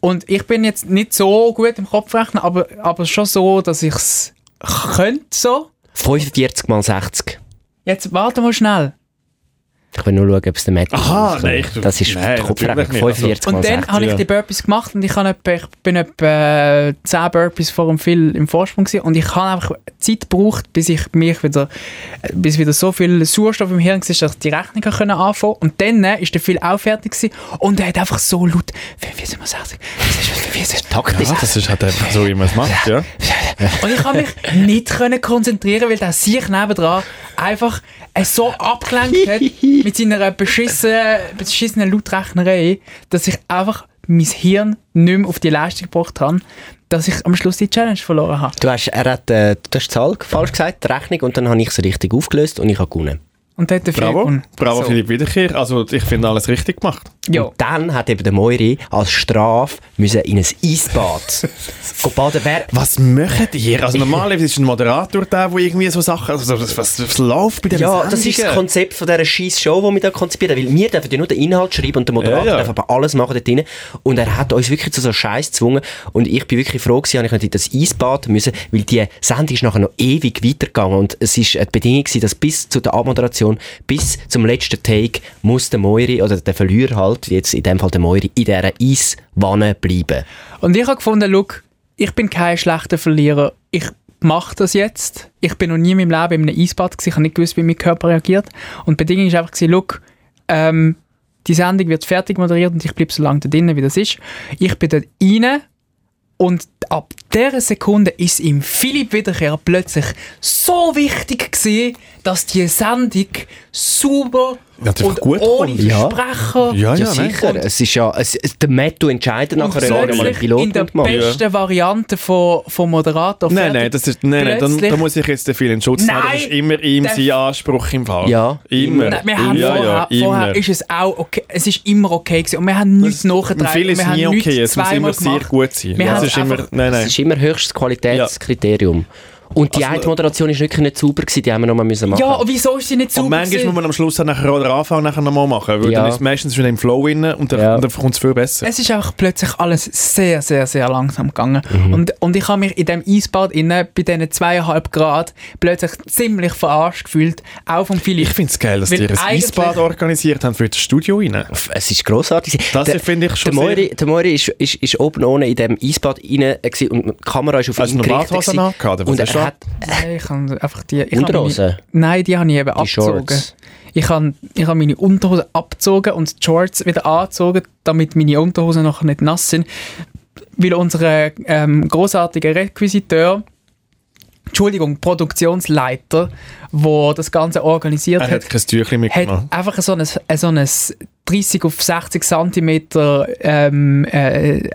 Und ich bin jetzt nicht so gut im Kopfrechnen, aber, aber schon so, dass ich es könnte so. 45 mal 60. Jetzt warte mal schnell. Ich will nur schauen, ob es der Matt Aha, nein, ich- Das ist nein, die Kopfrechnung. natürlich nicht. Also, 45 mal Und dann 60. habe ich ja. die Burpees gemacht und ich, habe etwa, ich bin etwa äh, 10 Burpees vor dem Phil im Vorsprung gewesen. und ich habe einfach Zeit gebraucht, bis ich mich wieder, äh, bis wieder so viel Sauerstoff im Hirn war, dass ich die Rechnung habe können anfangen konnte. Und dann äh, ist der Phil auch fertig gewesen und er hat einfach so laut 45 mal 60, 45 ja, das ist halt einfach so, wie man es macht. Ja. und ich habe mich nicht können konzentrieren, weil der sich nebendran einfach äh, so abgelenkt hat mit seiner beschissenen, beschissenen Lautrechnerei, dass ich einfach mein Hirn nicht mehr auf die Leistung gebracht habe, dass ich am Schluss die Challenge verloren habe. Du hast, er hat, äh, du hast die Zahl falsch gesagt, die Rechnung, und dann habe ich sie richtig aufgelöst und ich habe gewonnen. Und dort dafür Bravo. Bravo, so. Philipp Wiederkehr. Also, ich finde alles richtig gemacht. Ja. Und dann hat eben der Moiri als Strafe müssen in ein Eisbad gehen baden. Wer, Was möchtet ihr? Also normalerweise ist ein Moderator der, der irgendwie so Sachen... Also was, was, was läuft bei diesen ja, das ist das Sendungen? Konzept von dieser scheiß Show, die wir da konzipieren. Weil wir dürfen ja nur den Inhalt schreiben und der Moderator Ja, ja. darf aber alles machen dort drin. Und er hat uns wirklich zu so Scheiß gezwungen. Und ich bin wirklich froh gewesen, dass ich nicht in das Eisbad müssen, weil die Sendung ist nachher noch ewig weitergegangen. Und es ist eine Bedingung gewesen, dass bis zu der Abmoderation, bis zum letzten Take, muss der Moiri, oder der Verlierer halt, jetzt in dem Fall der Moiri, in dieser Eiswanne bleiben. Und ich habe gefunden, look, ich bin kein schlechter Verlierer. Ich mache das jetzt. Ich bin noch nie in meinem Leben in einem Eisbad gewesen. Ich habe nicht gewusst, wie mein Körper reagiert. Und die Bedingung war einfach, gewesen, look, ähm, die Sendung wird fertig moderiert und ich bleibe so lange da drinnen, wie das ist. Ich bin dort rein und ab dieser Sekunde ist ihm Philipp Wiederkehr plötzlich so wichtig gewesen, dass die Sendung super Ja, die einfach und gut ohne kommt. Ja. Versprecher Ja, Ja, ja, nein. sicher. Es ist ja, es, es, der Matto entscheidet Ah und nachher, ob er mal einen plötzlich in Pilot der macht. besten Variante von, vom Moderator Nein, fertig. nein, das ist, nein, nein dann, Plötzlich- da muss ich jetzt den vielen Schutz nehmen. Nein, Das ist immer ihm der- sein Anspruch im Fall. Ja. Immer. Nein, wir haben ja, vorher, ja, vorher immer. ist es auch okay, es ist immer okay gewesen und wir haben nichts nachgetragen. Viel ist wir haben nie nichts okay, es muss zweimal immer sehr gemacht. gut sein. Wir es haben ist immer, einfach- nein, Es nein. Also, ist immer höchstes Qualitätskriterium. Und die eine Moderation war wirklich nicht sauber, gewesen, die haben wir noch mal müssen machen Ja, und wieso ist sie nicht Und sauber manchmal gewesen? muss man am Schluss dann nachher oder Anfang nachher nochmal machen, weil Ja. dann ist es meistens schon im Flow drin und dann, Ja. und dann kommt es viel besser. Es ist einfach plötzlich alles sehr, sehr, sehr langsam gegangen. Mhm. Und, und ich habe mich in dem Eisbad innen, bei diesen zweieinhalb Grad, plötzlich ziemlich verarscht gefühlt. Auch vom Philipp. Ich finde es geil, dass Weil die ein eigentlich- Eisbad organisiert haben für das Studio rein. Es ist grossartig. Das Der- finde ich schon Der Moiri, sehr... der Moiri ist, ist, ist oben ohne in diesem Eisbad rein äh, gewesen und die Kamera ist auf Hast du ihn noch gerichtet. Badhosen gewesen. angehabt, oder was Und hast er du hat Nein, ich habe einfach die... Ich habe meine- Unterhosen. Nein, die habe ich eben abgezogen. Shorts. Ich habe ich hab meine Unterhosen abgezogen und die Shorts wieder angezogen, damit meine Unterhosen nachher nicht nass sind. Weil unser ähm, großartiger Requisiteur, Entschuldigung, Produktionsleiter, wo das Ganze organisiert Er hat, hat kein Tüchlein hat mitgemacht. einfach so ein, ein, so ein 30 auf 60 cm ähm, äh,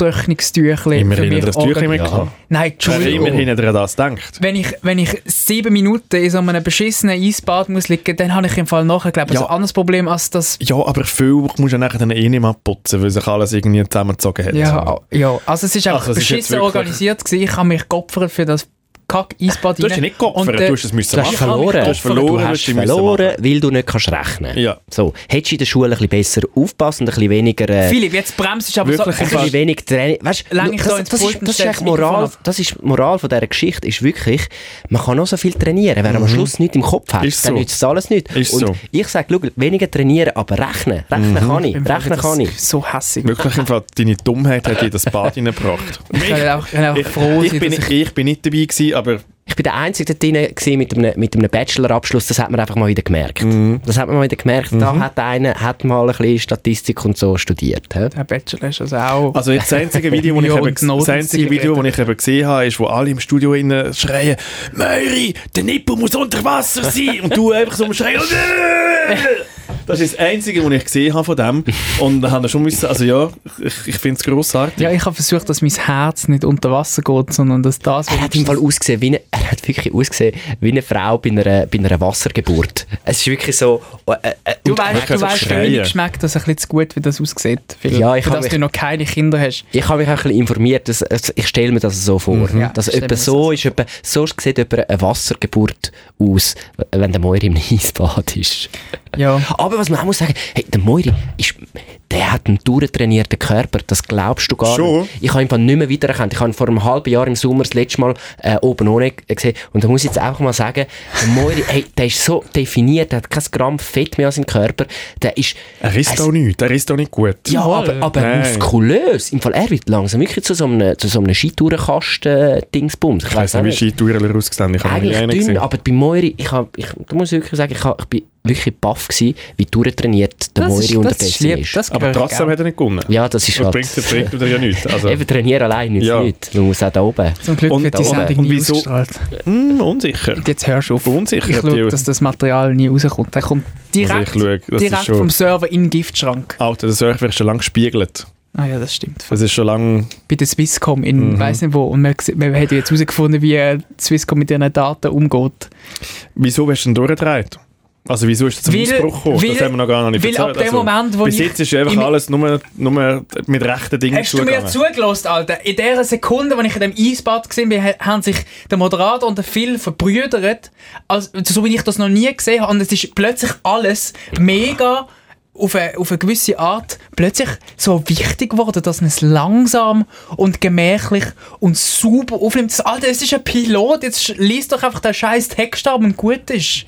Handabtrocknungstüchlein für Immerhin hat mich er ein Tüchlein organisiert. mitgemacht. Nein, Wer Entschuldigung. immerhin hat er an das gedacht. Wenn ich, wenn ich sieben Minuten in so einem beschissenen Eisbad muss liegen, dann habe ich im Fall nachher, glaube ich, Ja. ein anderes Problem als das. Ja, aber viel musst du nachher dann eh nicht mehr putzen, weil sich alles irgendwie zusammengezogen hat. Ja, ja. Also es ist einfach Also es ist jetzt beschissen wirklich- organisiert gewesen. Ich habe mich geopfert für das Kack-Eisbad. Du hast ja rein. nicht geopfert, Und, du äh, hast es müssen du hast machen. verloren. Du hast verloren, Du hast hast du müssen verloren, weil du nicht kannst rechnen. Ja. So, hättest du in der Schule ein bisschen besser aufpassen und ein bisschen weniger... Äh, Philipp, jetzt bremst du aber Wirklich so... ein bisschen wenig Training. Weißt, Lange ich das, da das, ins ist, das ist Pultensteck echt Moral, Mikrofon das ist die Moral von dieser Geschichte, ist wirklich, man kann noch so viel trainieren, wenn man am Schluss nichts im Kopf hat, Ist dann so. nützt es alles nicht. Ist Und so. ich sage, schau, weniger trainieren, aber rechnen. Rechnen kann ich. Im Fall Rechnen wird kann das ich. So hässig. Wirklich, im Fall, deine Dummheit hat dir das Bad hineingebracht. Ich kann auch, ich kann auch Ich, froh ich, sein, bin, dass ich, ich bin nicht dabei gewesen, aber Ich bin der Einzige dort drin gewesen mit einem, mit einem Bachelorabschluss, das hat man einfach mal wieder gemerkt. Das hat man mal wieder gemerkt, da hat einer hat mal ein bisschen Statistik und so studiert. He? der Bachelor ist also auch... also jetzt das einzige Video, das ich, Ja, eben, und ges- das Noten- einzige Video, das ich eben gesehen habe, ist, wo alle im Studio innen schreien, Möri, der Nippel muss unter Wasser sein! Und du einfach so am Schreien, «Nö!» Das ist das einzige, was ich gesehen habe von dem. Und da haben wir schon müssen, also ja, ich, ich finde es grossartig. ja, ich habe versucht, dass mein Herz nicht unter Wasser geht, sondern dass das... Er hat im Fall ausgesehen, wie eine, er hat wirklich ausgesehen wie eine Frau bei einer, bei einer Wassergeburt. Es ist wirklich so. Äh, äh, Du und- weißt, du einfach weißt, schreien. wenig schmeckt das ein bisschen zu gut, wie das aussieht. Philipp. Ja, ich Für hab dass mich- du noch keine Kinder hast. Ich habe mich auch ein bisschen informiert, dass, also ich stelle mir das so vor, Mhm. Ja, dass ich stell etwa mir so ist, etwa, so sieht etwa eine Wassergeburt aus, wenn der Moiri im Eisbad ist. Ja. Aber was man auch muss sagen, hey, der Moiri, ist, der hat einen durchtrainierten Körper, das glaubst du gar Schon? nicht. Ich habe ihn von nicht mehr wiedererkannt. Ich habe ihn vor einem halben Jahr im Sommer das letzte Mal äh, oben ohne g- gesehen. Und da muss ich jetzt auch mal sagen, der Moiri, hey, der ist so definiert, der hat kein Gramm Fett mehr an seinem Körper. Der ist... Er ist Also doch nicht, er ist doch nicht gut. Ja, Jawohl. aber, aber Nein. muskulös. Im Fall, er wird langsam wirklich zu so einem, zu so einem Skitourenkasten-Dingsbums. Ich weiss auch nicht, wie Skitourer aussehen, ich habe noch nie Eigentlich einen dünn, gesehen. aber bei Moiri, ich, hab, ich da muss ich wirklich sagen, ich, hab, ich bin wirklich baff gewesen, wie durchtrainiert der Das Moiri ist, das ist unterdessen lieb. ist. Das Aber gehört trotzdem auch. hat er nicht gewonnen. Ja, das ist Das halt... bringt, das bringt dir ja nichts. Also, Eben, trainieren allein nützt Ja. nichts. Man muss auch da oben. Zum Glück Und wird die da- Sendung und nie wieso- ausgestrahlt. hm, unsicher. Und jetzt hörst du auf. Unsicher. Ich schaue, die- dass das Material nie rauskommt. Der kommt direkt, Also ich schau, das direkt ist schon- vom Server in den Giftschrank. Alter, das Surf wird schon lange gespiegelt. Ah ja, das stimmt. Das ist schon lange... Bei der Swisscom in weiss nicht wo. Und man, sieht- man hat ja jetzt herausgefunden, wie äh, die Swisscom mit ihren Daten umgeht. Wieso hast du denn durchgedreht? Also wieso ist das zum Weil- Ausbruch gekommen? Das weil- haben wir noch gar nicht weil ab dem also, Moment, wo bis ich- jetzt ist einfach im- alles nur, nur mit rechten Dingen Hast du mir zugegangen. zugelassen, Alter? In der Sekunde, als ich in dem Eisbad gesehen bin, ha- haben sich der Moderator und der Phil verbrüdert, als, so wie ich das noch nie gesehen habe. Und es ist plötzlich alles mega auf eine, auf eine gewisse Art plötzlich so wichtig geworden, dass man es langsam und gemächlich und super aufnimmt. Das, Alter, es ist ein Pilot, jetzt sch- lies doch einfach den scheiß Text ab und gut ist.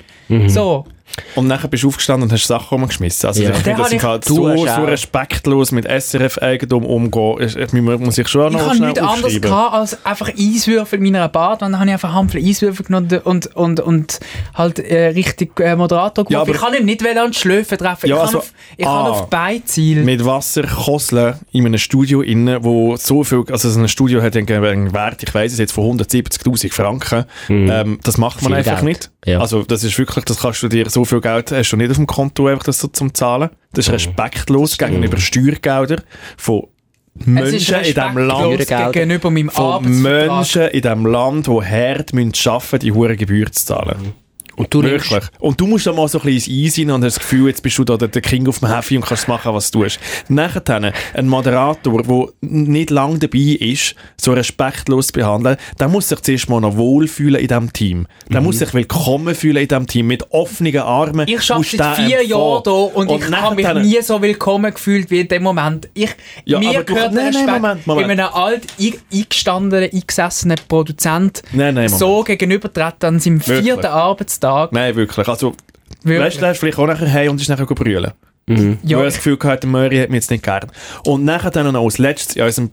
So. Und nachher bist du aufgestanden und hast Sachen rumgeschmissen. Also Ja. ich Den finde, dass hab ich ich- halt Du so, hast so auch- respektlos mit SRF-Eigentum umgehe. Ich, ich, man muss ich schon auch Ich noch habe schnell nichts anderes aufschreiben. gehabt, als einfach Eiswürfel in meiner Badwanne. Dann habe ich einfach Hampel Eiswürfel genommen und, und, und halt äh, richtig äh, Moderator gemacht. Ja, aber- ich kann ihn nicht wollen an die Schläfe treffen. ich Ja, kann also- auf, ich kann Ah. auf beide Ziele. Mit Wasser koseln in einem Studio innen, wo so viel, also so ein Studio hat irgendwie einen Wert, ich weiss es jetzt, von 170'000 Franken. Ähm, das macht man Mhm. Viel Geld. einfach nicht. Ja. Also das ist wirklich, das kannst du dir, so viel Geld hast du nicht auf dem Konto einfach das so zum Zahlen. Das Mhm. ist respektlos gegenüber Steuergeldern von es ist Menschen in diesem respektlos Land. Steuergelder. gegenüber meinem von Arbeitsvertrag. Menschen in diesem Land, die hart müssen arbeiten müssen, die hohe Gebühren zu zahlen. Und du nimmst- Wirklich. Und du musst da mal so ein bisschen ins Eisen und hast das Gefühl, jetzt bist du da der, der King auf dem Hefi und kannst machen, was du tust. Nachher dann ein Moderator, der nicht lange dabei ist, so respektlos zu behandeln, der muss sich zuerst mal noch wohlfühlen in diesem Team. Der muss sich willkommen fühlen in diesem Team, mit offenen Armen. Mhm. Ich arbeite musst seit den vier empfangen. Jahren hier und, ich nachher habe mich dann- nie so willkommen gefühlt wie in dem Moment. Ich, Ja, aber mir du- gehört der nein, nein, Respekt Moment, Moment. in einem alt eing- eingestandenen, eingesessenen Produzent Nein, nein, so gegenübertreten an seinem vierten Wirklich. Arbeitstag. Nein, wirklich. Also, Wirklich. weißt du, der ist vielleicht auch nachher heim und ist nachher brüllen. Ja, Weil ich das Gefühl hatte, der Murray hat mich jetzt nicht gern. Und nachher dann noch als letztes in unserem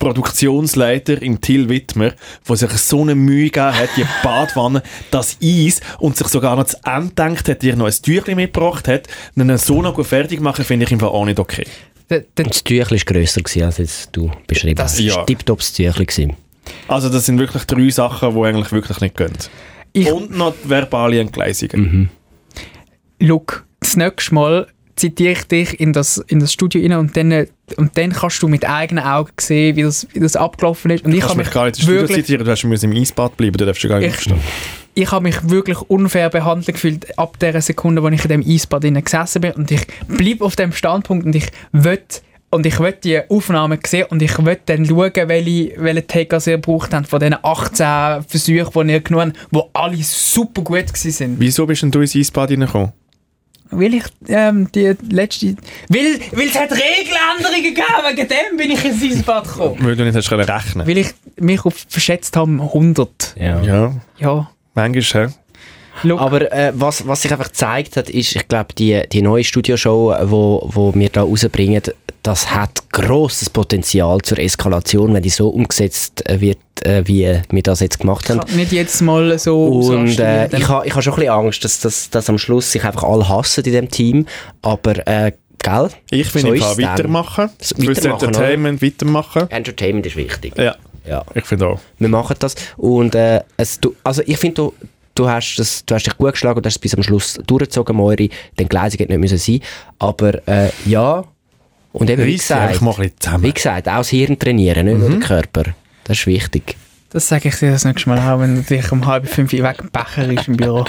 Produktionsleiter im Till Wittmer, der sich so eine Mühe gegeben hat, die Badwanne, das Eis und sich sogar noch zu Ende gedacht hat, dir noch ein Tüchlein mitgebracht hat, und dann so noch gut fertig machen, finde ich im Fall auch nicht okay. der- der- Das Tüchel war grösser, gewesen, als jetzt du beschrieben Das- hast. Das war ja. tiptop das Tüchel. gewesen. Also das sind wirklich drei Sachen, die eigentlich wirklich nicht gehen. Ich- Mhm. und noch die verbale Entgleisungen. Look, das nächste Mal zitiere ich dich in das, in das Studio rein und dann, äh, und dann kannst du mit eigenen Augen sehen, wie das, wie das abgelaufen ist. Und Du ich kannst habe mich, mich gar nicht ins Studio wirklich- zitieren, du hast müssen im Eisbad bleiben, du darfst ja gar nicht Ich- aufstehen. ich habe mich wirklich unfair behandelt gefühlt ab der Sekunde, wo ich in dem Eisbad drin gesessen bin und ich bleibe auf dem Standpunkt und ich will und ich will die Aufnahmen sehen und ich will dann schauen, welche, welche Takers ihr gebraucht habt von diesen 18 Versuchen, die ihr genommen habt, die alle super gut waren. Wieso bist denn du ins Eisbad reingekommen? Weil ich ähm, die letzte... Weil, weil es hat Regeländerungen gegeben, wegen dem bin ich ins Eisbad gekommen. Weil du nicht hast können rechnen. Weil ich mich auf verschätzt habe, 100. Ja. Ja, Ja, manchmal, hä? look. Aber äh, was, was sich einfach gezeigt hat, ist, ich glaube, die, die neue Studioshow, die wo, wo wir da rausbringen, das hat grosses Potenzial zur Eskalation, wenn die so umgesetzt äh, wird, äh, wie wir das jetzt gemacht haben. nicht jedes Mal so Und ausrasten, äh, dann- ich habe ich ha schon ein bisschen Angst, dass, dass, dass am Schluss sich einfach alle hassen in dem Team. Aber, äh, gell? Ich finde, So ich ist's kann dann. weitermachen. So, Fürs weitermachen, Entertainment weitermachen. Entertainment ist wichtig. Ja, Ja. ich finde auch. Wir machen das. Und, äh, es, du, also ich finde, du, du, hast das, du hast dich gut geschlagen und hast es bis am Schluss durchgezogen, Moiri. Den Gleisig hätte nicht müssen sein Aber äh, ja, und eben wie Reiss dich gesagt, einfach mal ein bisschen zusammen. wie gesagt, auch das Hirn trainieren, nicht nur Mhm. den Körper. Das ist wichtig. Das sage ich dir das nächste Mal auch, wenn du dich um halb fünf Uhr wegbecher ist im Büro.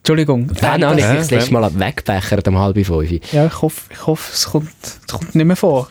Entschuldigung. Dann habe ich das- dich das letzte Mal wegbechert um halb fünf. Ja, ich hoffe, ich hoffe es, kommt, es kommt nicht mehr vor.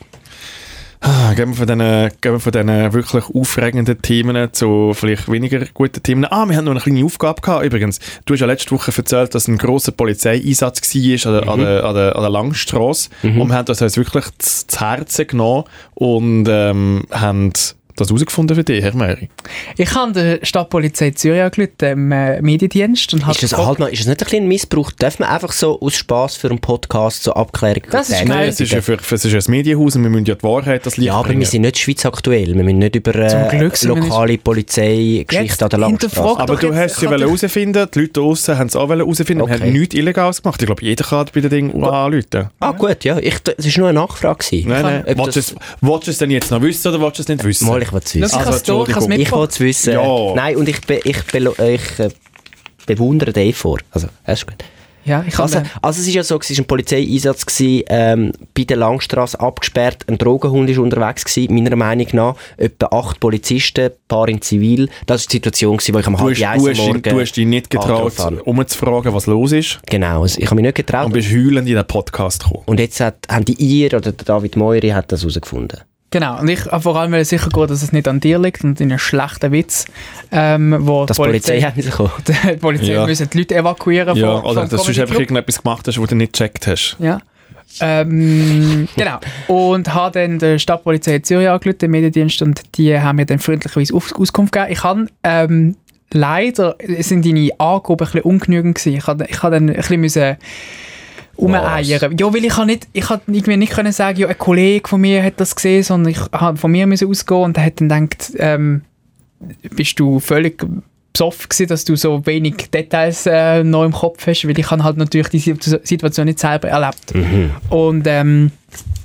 Ah, Gehen wir von diesen, gehen wir von diesen wirklich aufregenden Themen zu vielleicht weniger guten Themen. Ah, wir haben noch eine kleine Aufgabe gehabt. Übrigens, du hast ja letzte Woche erzählt, dass ein grosser Polizeieinsatz war an, der- Mhm. an, der, an, der, an der Langstrasse. Und wir haben das uns wirklich zu zu Herzen genommen und ähm, haben das herausgefunden für dich, Herr Möri. Ich habe der Stadtpolizei Zürich angerufen, dem äh, Mediendienst, und habe Ist das, gefragt- halt mal, ist das nicht ein kleiner Missbrauch? Darf man einfach so aus Spass für einen Podcast so Abklärung Das ist tätigen? geil. Nein, es ist, ja für, es ist ein Medienhaus und wir müssen ja die Wahrheit das Licht Ja, aber bringen. wir sind nicht Schweiz aktuell. Wir müssen nicht über Zum äh, Glück sind wir nicht- lokale Polizeigeschichten Jetzt an der Langstrasse. hinterfragt- Aber Doch, du jetzt hast sie kann doch- herausfinden, die Leute draußen haben es auch herausfinden, okay. Okay. haben nichts Illegales gemacht. Ich glaube, jeder kann bei den Dingen anrufen. Ah gut, ja. Ich, das war nur eine Nachfrage. gewesen. Nein, nein. Ob Willst du das- es- willst du es denn jetzt noch wissen oder willst du es nicht wissen? Mal, ich will es Lass wissen. ich Also, also, durch, ich habe es Entschuldigung, Ich will mitbekommen. es wissen. Ja. Nein, und ich, be, ich, belo- äh, ich äh, bewundere den Effort. Also, das ist gut. Ja, ich kann Also, den- also es ist ja so, es war ein Polizeieinsatz, gewesen, ähm, bei der Langstrasse abgesperrt, ein Drogenhund ist unterwegs, gewesen, meiner Meinung nach, etwa acht Polizisten, ein paar in Zivil. Das war die Situation, gewesen, wo ich am Du halb eins hast, du, am hast, ihn- also Morgen... du hast dich nicht getraut, um angerufen habe. umzufragen, was los ist. Genau, also ich habe mich nicht Und getraut. bist heulend in den Podcast gekommen. Und jetzt hat, haben die ihr oder der David Moiri hat das herausgefunden. Genau, und ich habe vor allem sicher gehen, dass es nicht an dir liegt und in einem schlechten Witz, ähm, wo Dass die Polizei hat rausgekommen. die Polizei Ja. müssen die Leute evakuieren Ja, vom- oder vom dass du einfach Comedy-Club. irgendetwas gemacht hast, was du nicht gecheckt hast. Ja. Ähm, genau. Und habe dann der Stadtpolizei in Zürich angerufen, den Mediendienst, und die haben mir dann freundlicherweise Auf Auskunft gegeben. Ich habe ähm, leider sind deine Angaben ein bisschen ungenügend gewesen. Ich habe ich habe dann ein bisschen müssen umeiern. Ja, weil ich habe nicht, ich habe irgendwie nicht können sagen, ja, ein Kollege von mir hat das gesehen, sondern ich habe von mir müssen ausgehen und der hat dann gedacht, ähm, bist du völlig besoffen gewesen, dass du so wenig Details äh, noch im Kopf hast, weil ich habe halt natürlich die Situ- Situation nicht selber erlebt. Und ähm,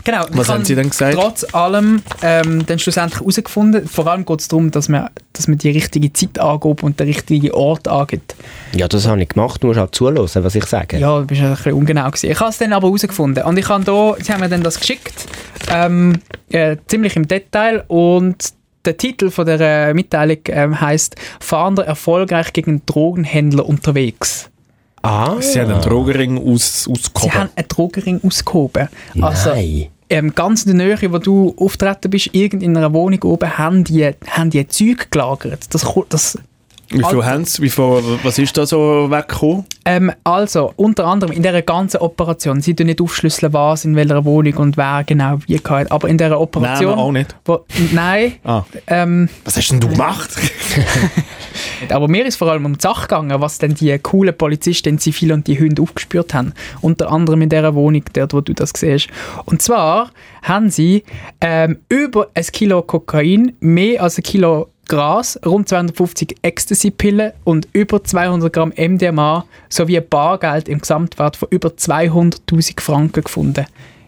genau. ich Mhm. Was haben habe sie denn gesagt? Trotz allem ähm, dann schlussendlich herausgefunden, vor allem geht es darum, dass man, dass man die richtige Zeit angibt und den richtigen Ort angibt. Ja, das habe ich gemacht, du musst halt zuhören, was ich sage. Ja, du bist ein bisschen ungenau gewesen. Ich habe es dann aber herausgefunden. Und ich habe da, sie haben mir dann das geschickt, ähm, äh, ziemlich im Detail und der Titel von der Mitteilung ähm, heißt Fahnder erfolgreich gegen Drogenhändler unterwegs. Ah, Sie haben einen Drogenring aus, Sie ausgehoben. haben einen Drogenring ausgehoben. Also nein. ähm, ganz in der Nähe, wo du auftreten bist, irgendeiner Wohnung oben, haben die, haben die Zeug gelagert. Das, ko- das Wie viel Alter. haben sie? Wie viel, was ist da so weggekommen? Ähm, also, unter anderem in dieser ganzen Operation, sie tun nicht aufschlüsseln, was in welcher Wohnung und wer genau wie gehabt, aber in dieser Operation... Namen auch nicht. Wo, nein, Ah. ähm, Was hast denn du gemacht? aber mir ist vor allem um die Sache gegangen, was denn die coolen Polizisten in Zivil und die Hunde aufgespürt haben. Unter anderem in dieser Wohnung, dort, wo du das siehst. Und zwar haben sie ähm, über ein Kilo Kokain, mehr als ein Kilo Gras, rund 250 Ecstasy-Pillen und über 200 Gramm MDMA sowie Bargeld im Gesamtwert von über 200'000 Franken gefunden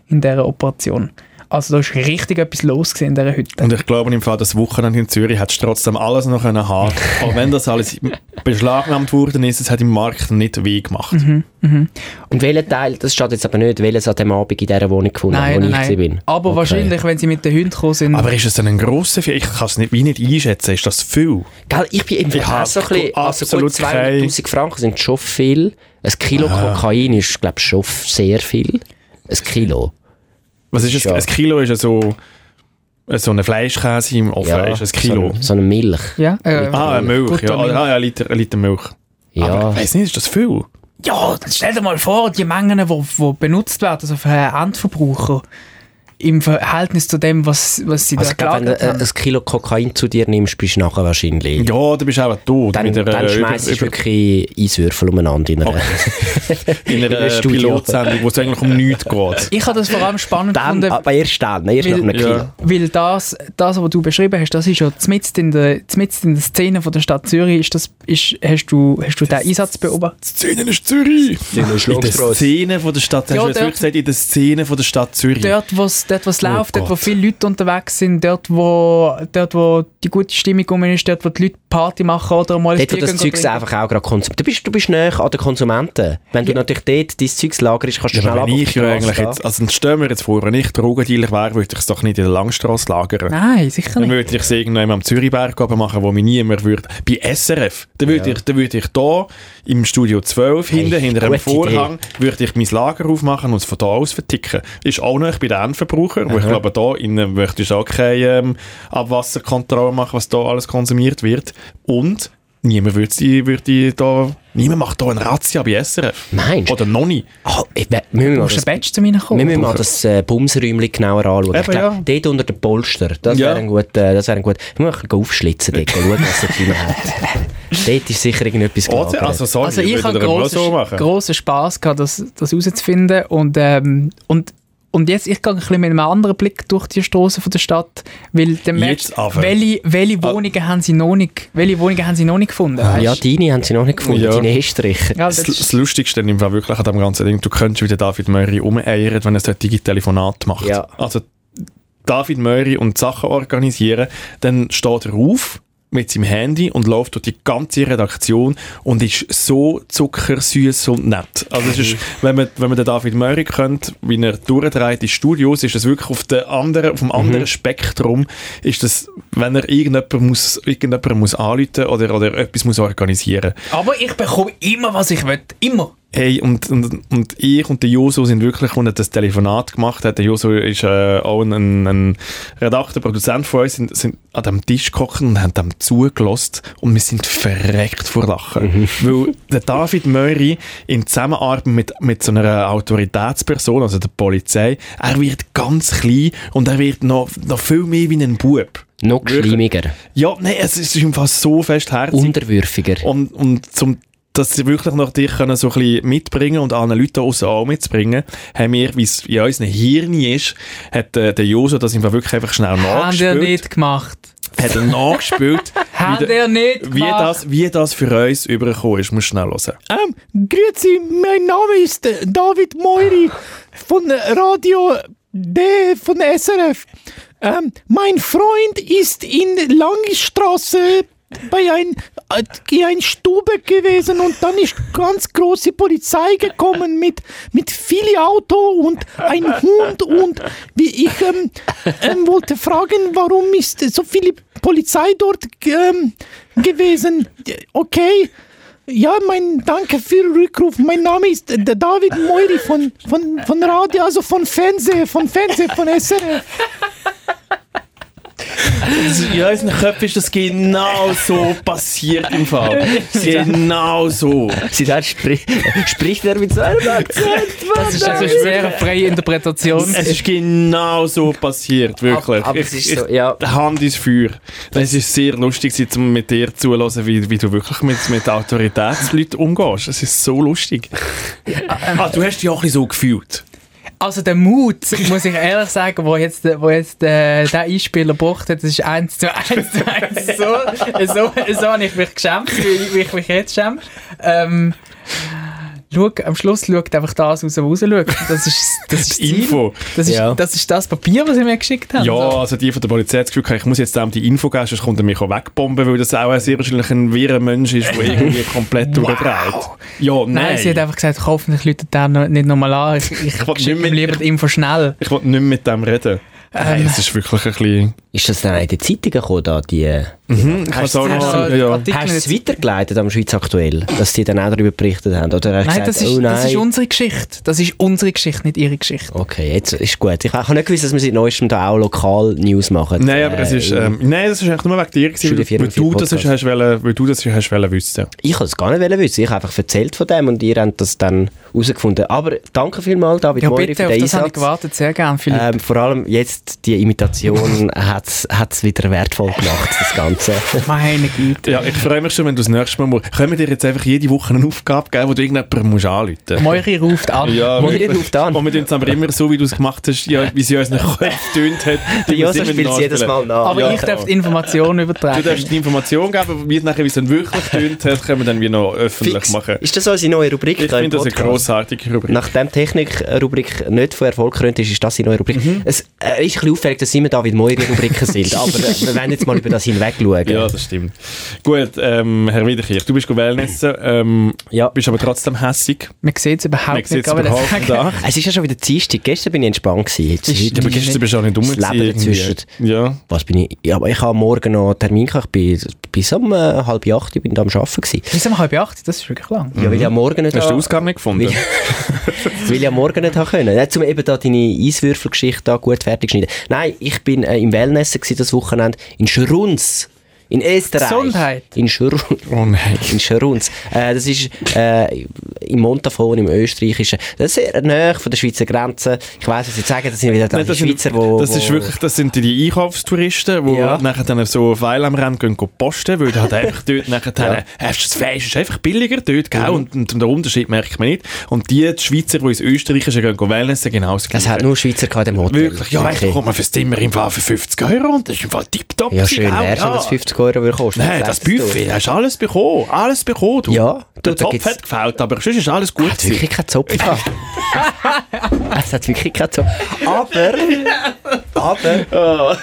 in dieser Operation. Also da ist richtig etwas los gewesen in dieser Hütte. Und ich glaube, im Fall des Wochenende in Zürich hättest du trotzdem alles noch können haben Auch wenn das alles beschlagnahmt worden ist, es hat im Markt nicht weh gemacht. Mhm. Und welcher Teil, das steht jetzt aber nicht, welches an dem Abend in dieser Wohnung gefunden, Nein, wo nein, ich nein. gewesen bin. Aber Okay. wahrscheinlich, wenn sie mit den Hunden gekommen sind. Aber ist es denn ein grosser Fehler? Ich kann es nicht, wie nicht einschätzen. Ist das viel? Gell, ich bin Ich im Fall auch hab so ein bisschen, also gut absolut Ah. 200'000 Franken sind schon viel. Ein Kilo Kokain ist, glaube ich, schon sehr viel. Ein Kilo. Was ist es? Ja. Ein Kilo ist ja so, äh, so ein Fleischkäse im Ofen. Ist ein Kilo. So, ein- so eine Milch. ja, äh, ah, eine Milch. Ja, Buttermilch. ah, ja, ein Liter, ein Liter Milch. Aber Ja. ich weiß nicht, ist das viel? ja, dann stell dir mal vor, die Mengen, die wo, wo benutzt werden, also für einen Endverbraucher, im Verhältnis zu dem, was, was sie Also, ich da glaube, wenn du gelagert äh, haben. ein Kilo Kokain zu dir nimmst, bist du nachher wahrscheinlich. Ja, du bist auch tot. Dann, mit einer, dann äh, schmeißt du über, wirklich Eiswürfel umeinander in einer über, in in einer ein Studio. Pilotsendung, wo es eigentlich um nichts geht. ich habe das vor allem spannend äh, Dann, gefunden, aber erst dann, ne? erst nach einem Weil- Kilo. Ja. weil das, das, was du beschrieben hast, das ist ja mitten in der, mitten in der Szene von der Stadt Zürich, ist das, ist, hast du, hast du den Einsatz beobachtet? Die Szene ist Zürich. In der Schlossstrasse. Szene von der Stadt, hast Ja, du jetzt dort- wirklich gesagt, in der Szene von der Stadt Zürich. Dort, was, dort, was Oh läuft, dort, wo Gott. viele Leute unterwegs sind, dort, wo, dort, wo die gute Stimmung rum ist, dort, wo die Leute Party machen oder mal ein Dort, wo Bier das gehen Zeug trinken. einfach auch gerade konsumiert. Du bist, du bist näher an den Konsumenten. Wenn du natürlich dort dein Zeug lagerst, kannst du Ja, schnell aber ab wenn auf ich die ja Straße eigentlich gehen. jetzt, also dann stellen wir jetzt vor, wenn ich Drogendealer wäre, würde ich es doch nicht in der Langstrasse lagern. Nein, sicher Dann nicht. würde ich es irgendwann am Zürichberg oben machen, wo mich niemand würde. Bei SRF, dann würde ich, dann würde ich da im Studio 12 hinten, hinter einem gute Vorhang, würde ich mein Lager aufmachen und es von da aus verticken. Ist auch noch bei den Endverbrauchern, wo ich glaube, da innen möchtest du auch keine ähm, Abwasserkontrolle machen, was da alles konsumiert wird. Und niemand würde sie, würde die da, niemand macht da eine Razzia bei SRF. Meinst du? Oder noch nie. Ah, ich we- müssen wir mal Du musst das, ein Badge zu mir wir kommen. müssen mal das äh, Bumsräumchen genauer anschauen. ich Eben, glaub, ja. Dort unter den Polster, das Ja. wäre ein guter... Das wär ein gut, ich muss ein bisschen aufschlitzen dort, schauen, was da drin hat. Dort ist sicher irgendetwas gelagert. Oder? Also, sorry, Also ich würde habe das aber auch so grossen, machen. grossen Spass gehabt, das, das herauszufinden und, ähm, und, und jetzt, ich gehe ein bisschen mit einem anderen Blick durch die Strassen von der Stadt, weil dann merkst Jetzt du, aber. Ah. welche, welche Wohnungen haben sie noch nicht, welche Wohnungen haben sie noch nicht gefunden, Ah, ja, weißt du? deine haben sie noch nicht gefunden, Ja. deine Estricher. Ja, das Das, ist- das Lustigste im Fall wirklich an dem ganzen Ding, du könntest wieder David Möri umeiern, wenn er solche Telefonate macht. Ja. Also David Möri und Sachen organisieren, dann steht er auf, mit seinem Handy und läuft durch die ganze Redaktion und ist so zuckersüß und nett. Also es ist, wenn man, wenn man den David Murray kennt, wie er durchdreht in Studios, ist das wirklich auf, der anderen, auf dem anderen Spektrum, ist das, wenn er irgendjemand muss, irgendjemand muss anrufen oder, oder etwas muss organisieren. Aber ich bekomme immer, was ich will. Immer. Hey, und, und, und ich und der Joso sind wirklich, als er das Telefonat gemacht hat, der Joso ist äh, auch ein, ein, ein Redakteur, Produzent von uns, sind, sind an dem Tisch gekocht und haben dem zugelassen und wir sind verreckt vor Lachen. Weil der David Möri in Zusammenarbeit mit, mit so einer Autoritätsperson, also der Polizei, er wird ganz klein und er wird noch, noch viel mehr wie ein Bub. Noch Wirklich? schlimmiger, Ja, nein, es ist im Fall so festherzig. unterwürfiger. Oh. Und, und zum, dass sie wirklich noch dich können so ein bisschen mitbringen und anderen Leuten außen auch mitzubringen, haben wir, wie es in unseren Hirn ist, hat äh, der Joso das einfach wirklich einfach schnell Ah, Haben ihr nachgespielt. nicht gemacht. Hat er nachgespielt, Haben wie, de- ihr nicht wie, gemacht. das, wie das für uns übergekommen ist. Muss schnell hören. Ähm, grüezi, mein Name ist äh, David Moiri von Radio D von SRF. Ähm, mein Freund ist in Langstraße bei ein, äh, in ein Stube gewesen und dann ist ganz große Polizei gekommen mit, mit viel Auto und ein Hund und wie ich ähm, ähm, wollte fragen, warum ist so viel Polizei dort ähm, gewesen? Okay. Ja, mein Danke für den Rückruf. Mein Name ist äh, der David Moiri von, von, von Radio, also von Fernsehen, von Fernsehen, von SRF. In unseren Köpfen ist das genau so passiert im Fall. Genau so. Seither sprich, spricht er mit so einem Akzent. Mann. Das ist also eine sehr freie Interpretation. Es ist genau so passiert, wirklich. Aber- aber es ist so, ja. ich- Hand ins Feuer. Es ist sehr lustig, gewesen, um mit dir zuzuhören, wie, wie du wirklich mit, mit Autoritätsleuten umgehst. Es ist so lustig. ah, du hast dich auch ein bisschen so gefühlt. Also der Mut, muss ich ehrlich sagen, wo jetzt, wo jetzt äh, der Einspieler gebracht hat, das ist eins zu eins zu eins. So, so, so habe ich mich geschämt, wie wie ich mich jetzt schäme. Ähm, schau, am Schluss schaut einfach das raus, was raus schaut. Das ist das, ist Die Ziel. Info. Das ist, Ja. das ist das Papier, was sie mir geschickt haben. Ja, So. also die von der Polizei hat das Gefühl, gehabt, ich muss jetzt dem die Info geben, sonst kommt er mich auch wegbomben, weil das auch sehr wahrscheinlich ein wirrer Mensch ist, der irgendwie komplett durchdreht. Ja, nein. Nein, sie hat einfach gesagt, hoffentlich Leute da noch- nicht nochmal an. Ich, ich, Ich will schicke nicht mit- ihm lieber die Info schnell. ich wollte nicht mehr mit dem reden. Nein, es ist wirklich ein bisschen... Ist das dann auch in den Zeitungen gekommen, da, die... äh, Mhm, ich Hast kann du- es hast auch noch... du- Ja. Ähm, Artikel Hast du es jetzt- weitergeleitet am Schweiz aktuell, dass die dann auch darüber berichtet haben? Oder hast du Nein, gesagt, das ist, oh nein? das ist unsere Geschichte. Das ist unsere Geschichte, nicht ihre Geschichte. okay, jetzt ist gut. Ich habe nicht gewusst, dass wir seit neuestem da auch lokal News machen. Äh, Nein, aber es ist, ähm, nein, das ist eigentlich nur wegen dir gewesen, Schule weil, weil, 44 du das Podcast. hast wollen, weil du das hast wollen wissen. Ich habe es gar nicht wollen wissen. Ich habe einfach erzählt von dem und ihr habt das dann herausgefunden. Aber danke vielmals, David Ja, Moiri, bitte, für auf den das habe ich Einsatz. gewartet, sehr gerne, Philipp. Eh, ähm, vor allem jetzt die Imitation hat es wieder wertvoll gemacht, das Ganze. Meine Güte. Ja, ich freue mich schon, wenn du das nächste Mal musst. Können wir dir jetzt einfach jede Woche eine Aufgabe geben, wo du irgendjemanden musst anrufen musst? Moiri ruft an. Ja, Moin, wirklich. ruft an. Und wir tun es aber immer so, wie du es gemacht hast, ja, wie sie uns noch getönt hat. Der Josa spielt es jedes Mal nach. Aber Ja. ich darf die Informationen übertragen. Du darfst die Information geben, wie es nachher, wie es dann wirklich getönt hat, können wir dann wie noch öffentlich Fix. machen. Ist das unsere neue Rubrik? Ich da im finde das eine Podcast? grossartige Rubrik. Nachdem die Technik-Rubrik nicht von Erfolg krönt ist, ist das die neue Rubrik. Mhm. Es äh, ist ein bisschen aufregend, dass immer David Moir in Rubriken sind, aber äh, wir werden jetzt mal über das hinweg schauen. ja, das stimmt. Gut, ähm, Herr Wiederkirch, du bist Wellnessen, ähm, Ja. bist aber trotzdem hässig. Man sieht es überhaupt Man nicht. sieht es aber das- überhaupt nicht an. Es ist ja schon wieder Dienstag. Gestern bin ich entspannt gewesen. Jetzt ist Ja, aber gestern bist du auch nicht Das dumm. Leben dazwischen. Ja. Was bin ich? Ja, aber ich habe morgen noch einen Termin gehabt. Ich bin bis um äh, halb acht ich bin da am Arbeiten gewesen. Bis um halb acht, das ist wirklich lang. Ja, weil ich am Morgen nicht Mhm. Hast du den habe- Ausgang nicht gefunden? Weil- Weil ich am Morgen nicht haben können. Nicht, um eben da deine Eiswürfelgeschichte da gut fertig zu schneiden. Nein, ich bin äh, im Wellnessen gewesen das Wochenende in Schrunz. In Österreich. Gesundheit. In Schrunz. Oh nein. In Schrunz. Äh, das ist äh, im Montafon, im Österreichischen. Das ist sehr nahe von der Schweizer Grenze. Ich weiss, was Sie sagen, das sind wieder da Nein, die das Schweizer, sind, wo, das ist wo wirklich, das sind die Einkaufstouristen, die Ja. nachher dann so auf Weil am Rennen gehen, gehen posten, weil du halt einfach dort nachher dann, hast du das Fleisch, ist einfach billiger dort, gell? Mhm. Und, und den Unterschied merkt man nicht. Und die Schweizer, die ins Österreichische gehen, gehen Wellnessen, genau das Das Gleiche. hat nur Schweizer gehabt im Hotel. Wirklich, ja, okay. ich komme fürs Zimmer im Fall für 50 Euro und das ist im Fall tipptopp. Ja, gewesen, schön gell? wär's, wenn das 50 Euro Euro würde kosten. Nein, das Buffet, hast alles bekommen. Alles bekommen, du. Ja, du, Der da Topf gibt's- hat gefällt, aber sonst ist alles gut Es hat wirklich gewesen. keinen Zopf. es hat wirklich keinen Zopf. Aber, aber,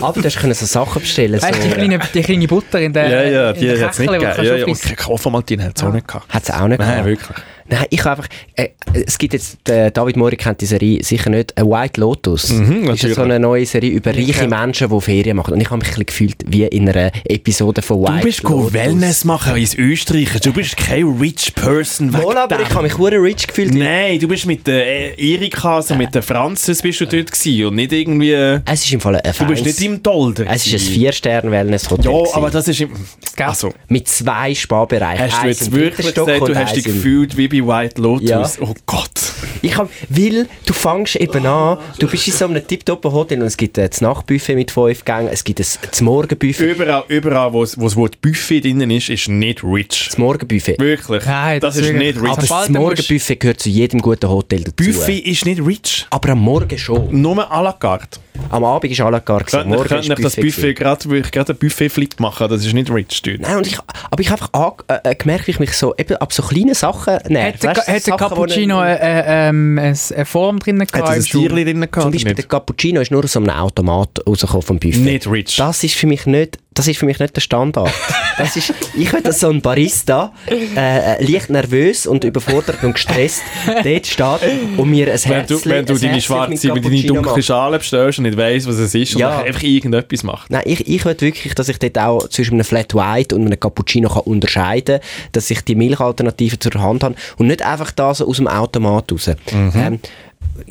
aber du hast können so Sachen bestellen. So. Weißt du, die kleine, die kleine Butter in der. Ja, ja, in die der hat es nicht Kächele, gegeben. die Ja, kannst du ja, und aufreissen. keine Koffermaltine hat es auch nicht gehabt. Hat es auch nicht Nein, gehabt. wirklich. Nein, ich habe einfach. Äh, es gibt jetzt. Der David Mori kennt die Serie sicher nicht. A White Lotus. ist ja Mhm, natürlich. so eine neue Serie über reiche Menschen, die Ferien machen. Und ich habe mich ein bisschen gefühlt wie in einer Episode von White Du bist go Lotus. Wellness machen ins Österreich. Du bist kein rich person. wegen Wohl, aber dem. ich habe mich hure rich gefühlt. Nein, du bist mit der äh, Erika, also mit der Franzis bist du dort gewesen und nicht irgendwie... äh, Es ist im Fall ein Du bist nicht im Dolder. Es ist ein gewesen. 4-Sterne-Wellness-Hotel. Ja, gewesen. aber das ist... im- Also, Mit zwei Sparbereichen. hast du Eins jetzt im dritten wirklich Stock gesagt, und du hast dich eins im- gefühlt wie bei White Lotus? Ja. Oh Gott. Ich hab, weil du fängst eben an, du bist in so einem tipptoppen Hotel und es gibt ein Nachtbuffet mit fünf Gängen, es gibt ein das Morgenbuffet. Überall, überall wo das Wort Buffet drinnen ist, ist nicht rich. Das Morgenbuffet. Wirklich. Nein, das ist wirklich- nicht Aber rich. Sobald das du musst- Morgenbuffet gehört zu jedem guten Hotel dazu. Buffet ist nicht rich. Aber am Morgen schon. Nur à la carte. Am Abend ist à la carte. gewesen, Könnt am ihr Morgen könnt ist ihr das Buffet gewesen. gerade, würde ich gerade einen Buffet-Flip machen, das ist nicht rich dort. Nein, und ich, aber ich habe einfach ange- äh, äh, gemerkt, wie ich mich so eben ab so kleinen Sachen näher. Hat der Ka- hat der Cappuccino äh, äh, ähm, ein- eine Form drin gehabt? Hat es ein im Schuh? Tierchen drin gehabt? Zum Beispiel der Nicht. Cappuccino ist nur aus so einem Automat rausgekommen vom Buffet. Nicht rich. Das ist für mich nicht, das ist für mich nicht der Standard. Das ist, ich würde so ein Barista, äh, äh, leicht nervös und überfordert und gestresst, dort steht und mir ein Wenn du, Herzchen, wenn du deine ein Herzchen mit schwarze, deine Cappuccino dunkle macht. Schale bestellst und nicht weißt, was es ist Ja. und dann einfach irgendetwas macht. Nein, ich, ich will wirklich, dass ich dort auch zwischen einem Flat White und einem Cappuccino kann unterscheiden kann, dass ich die Milchalternative zur Hand habe und nicht einfach da so aus dem Automat raus. Mhm. Ähm,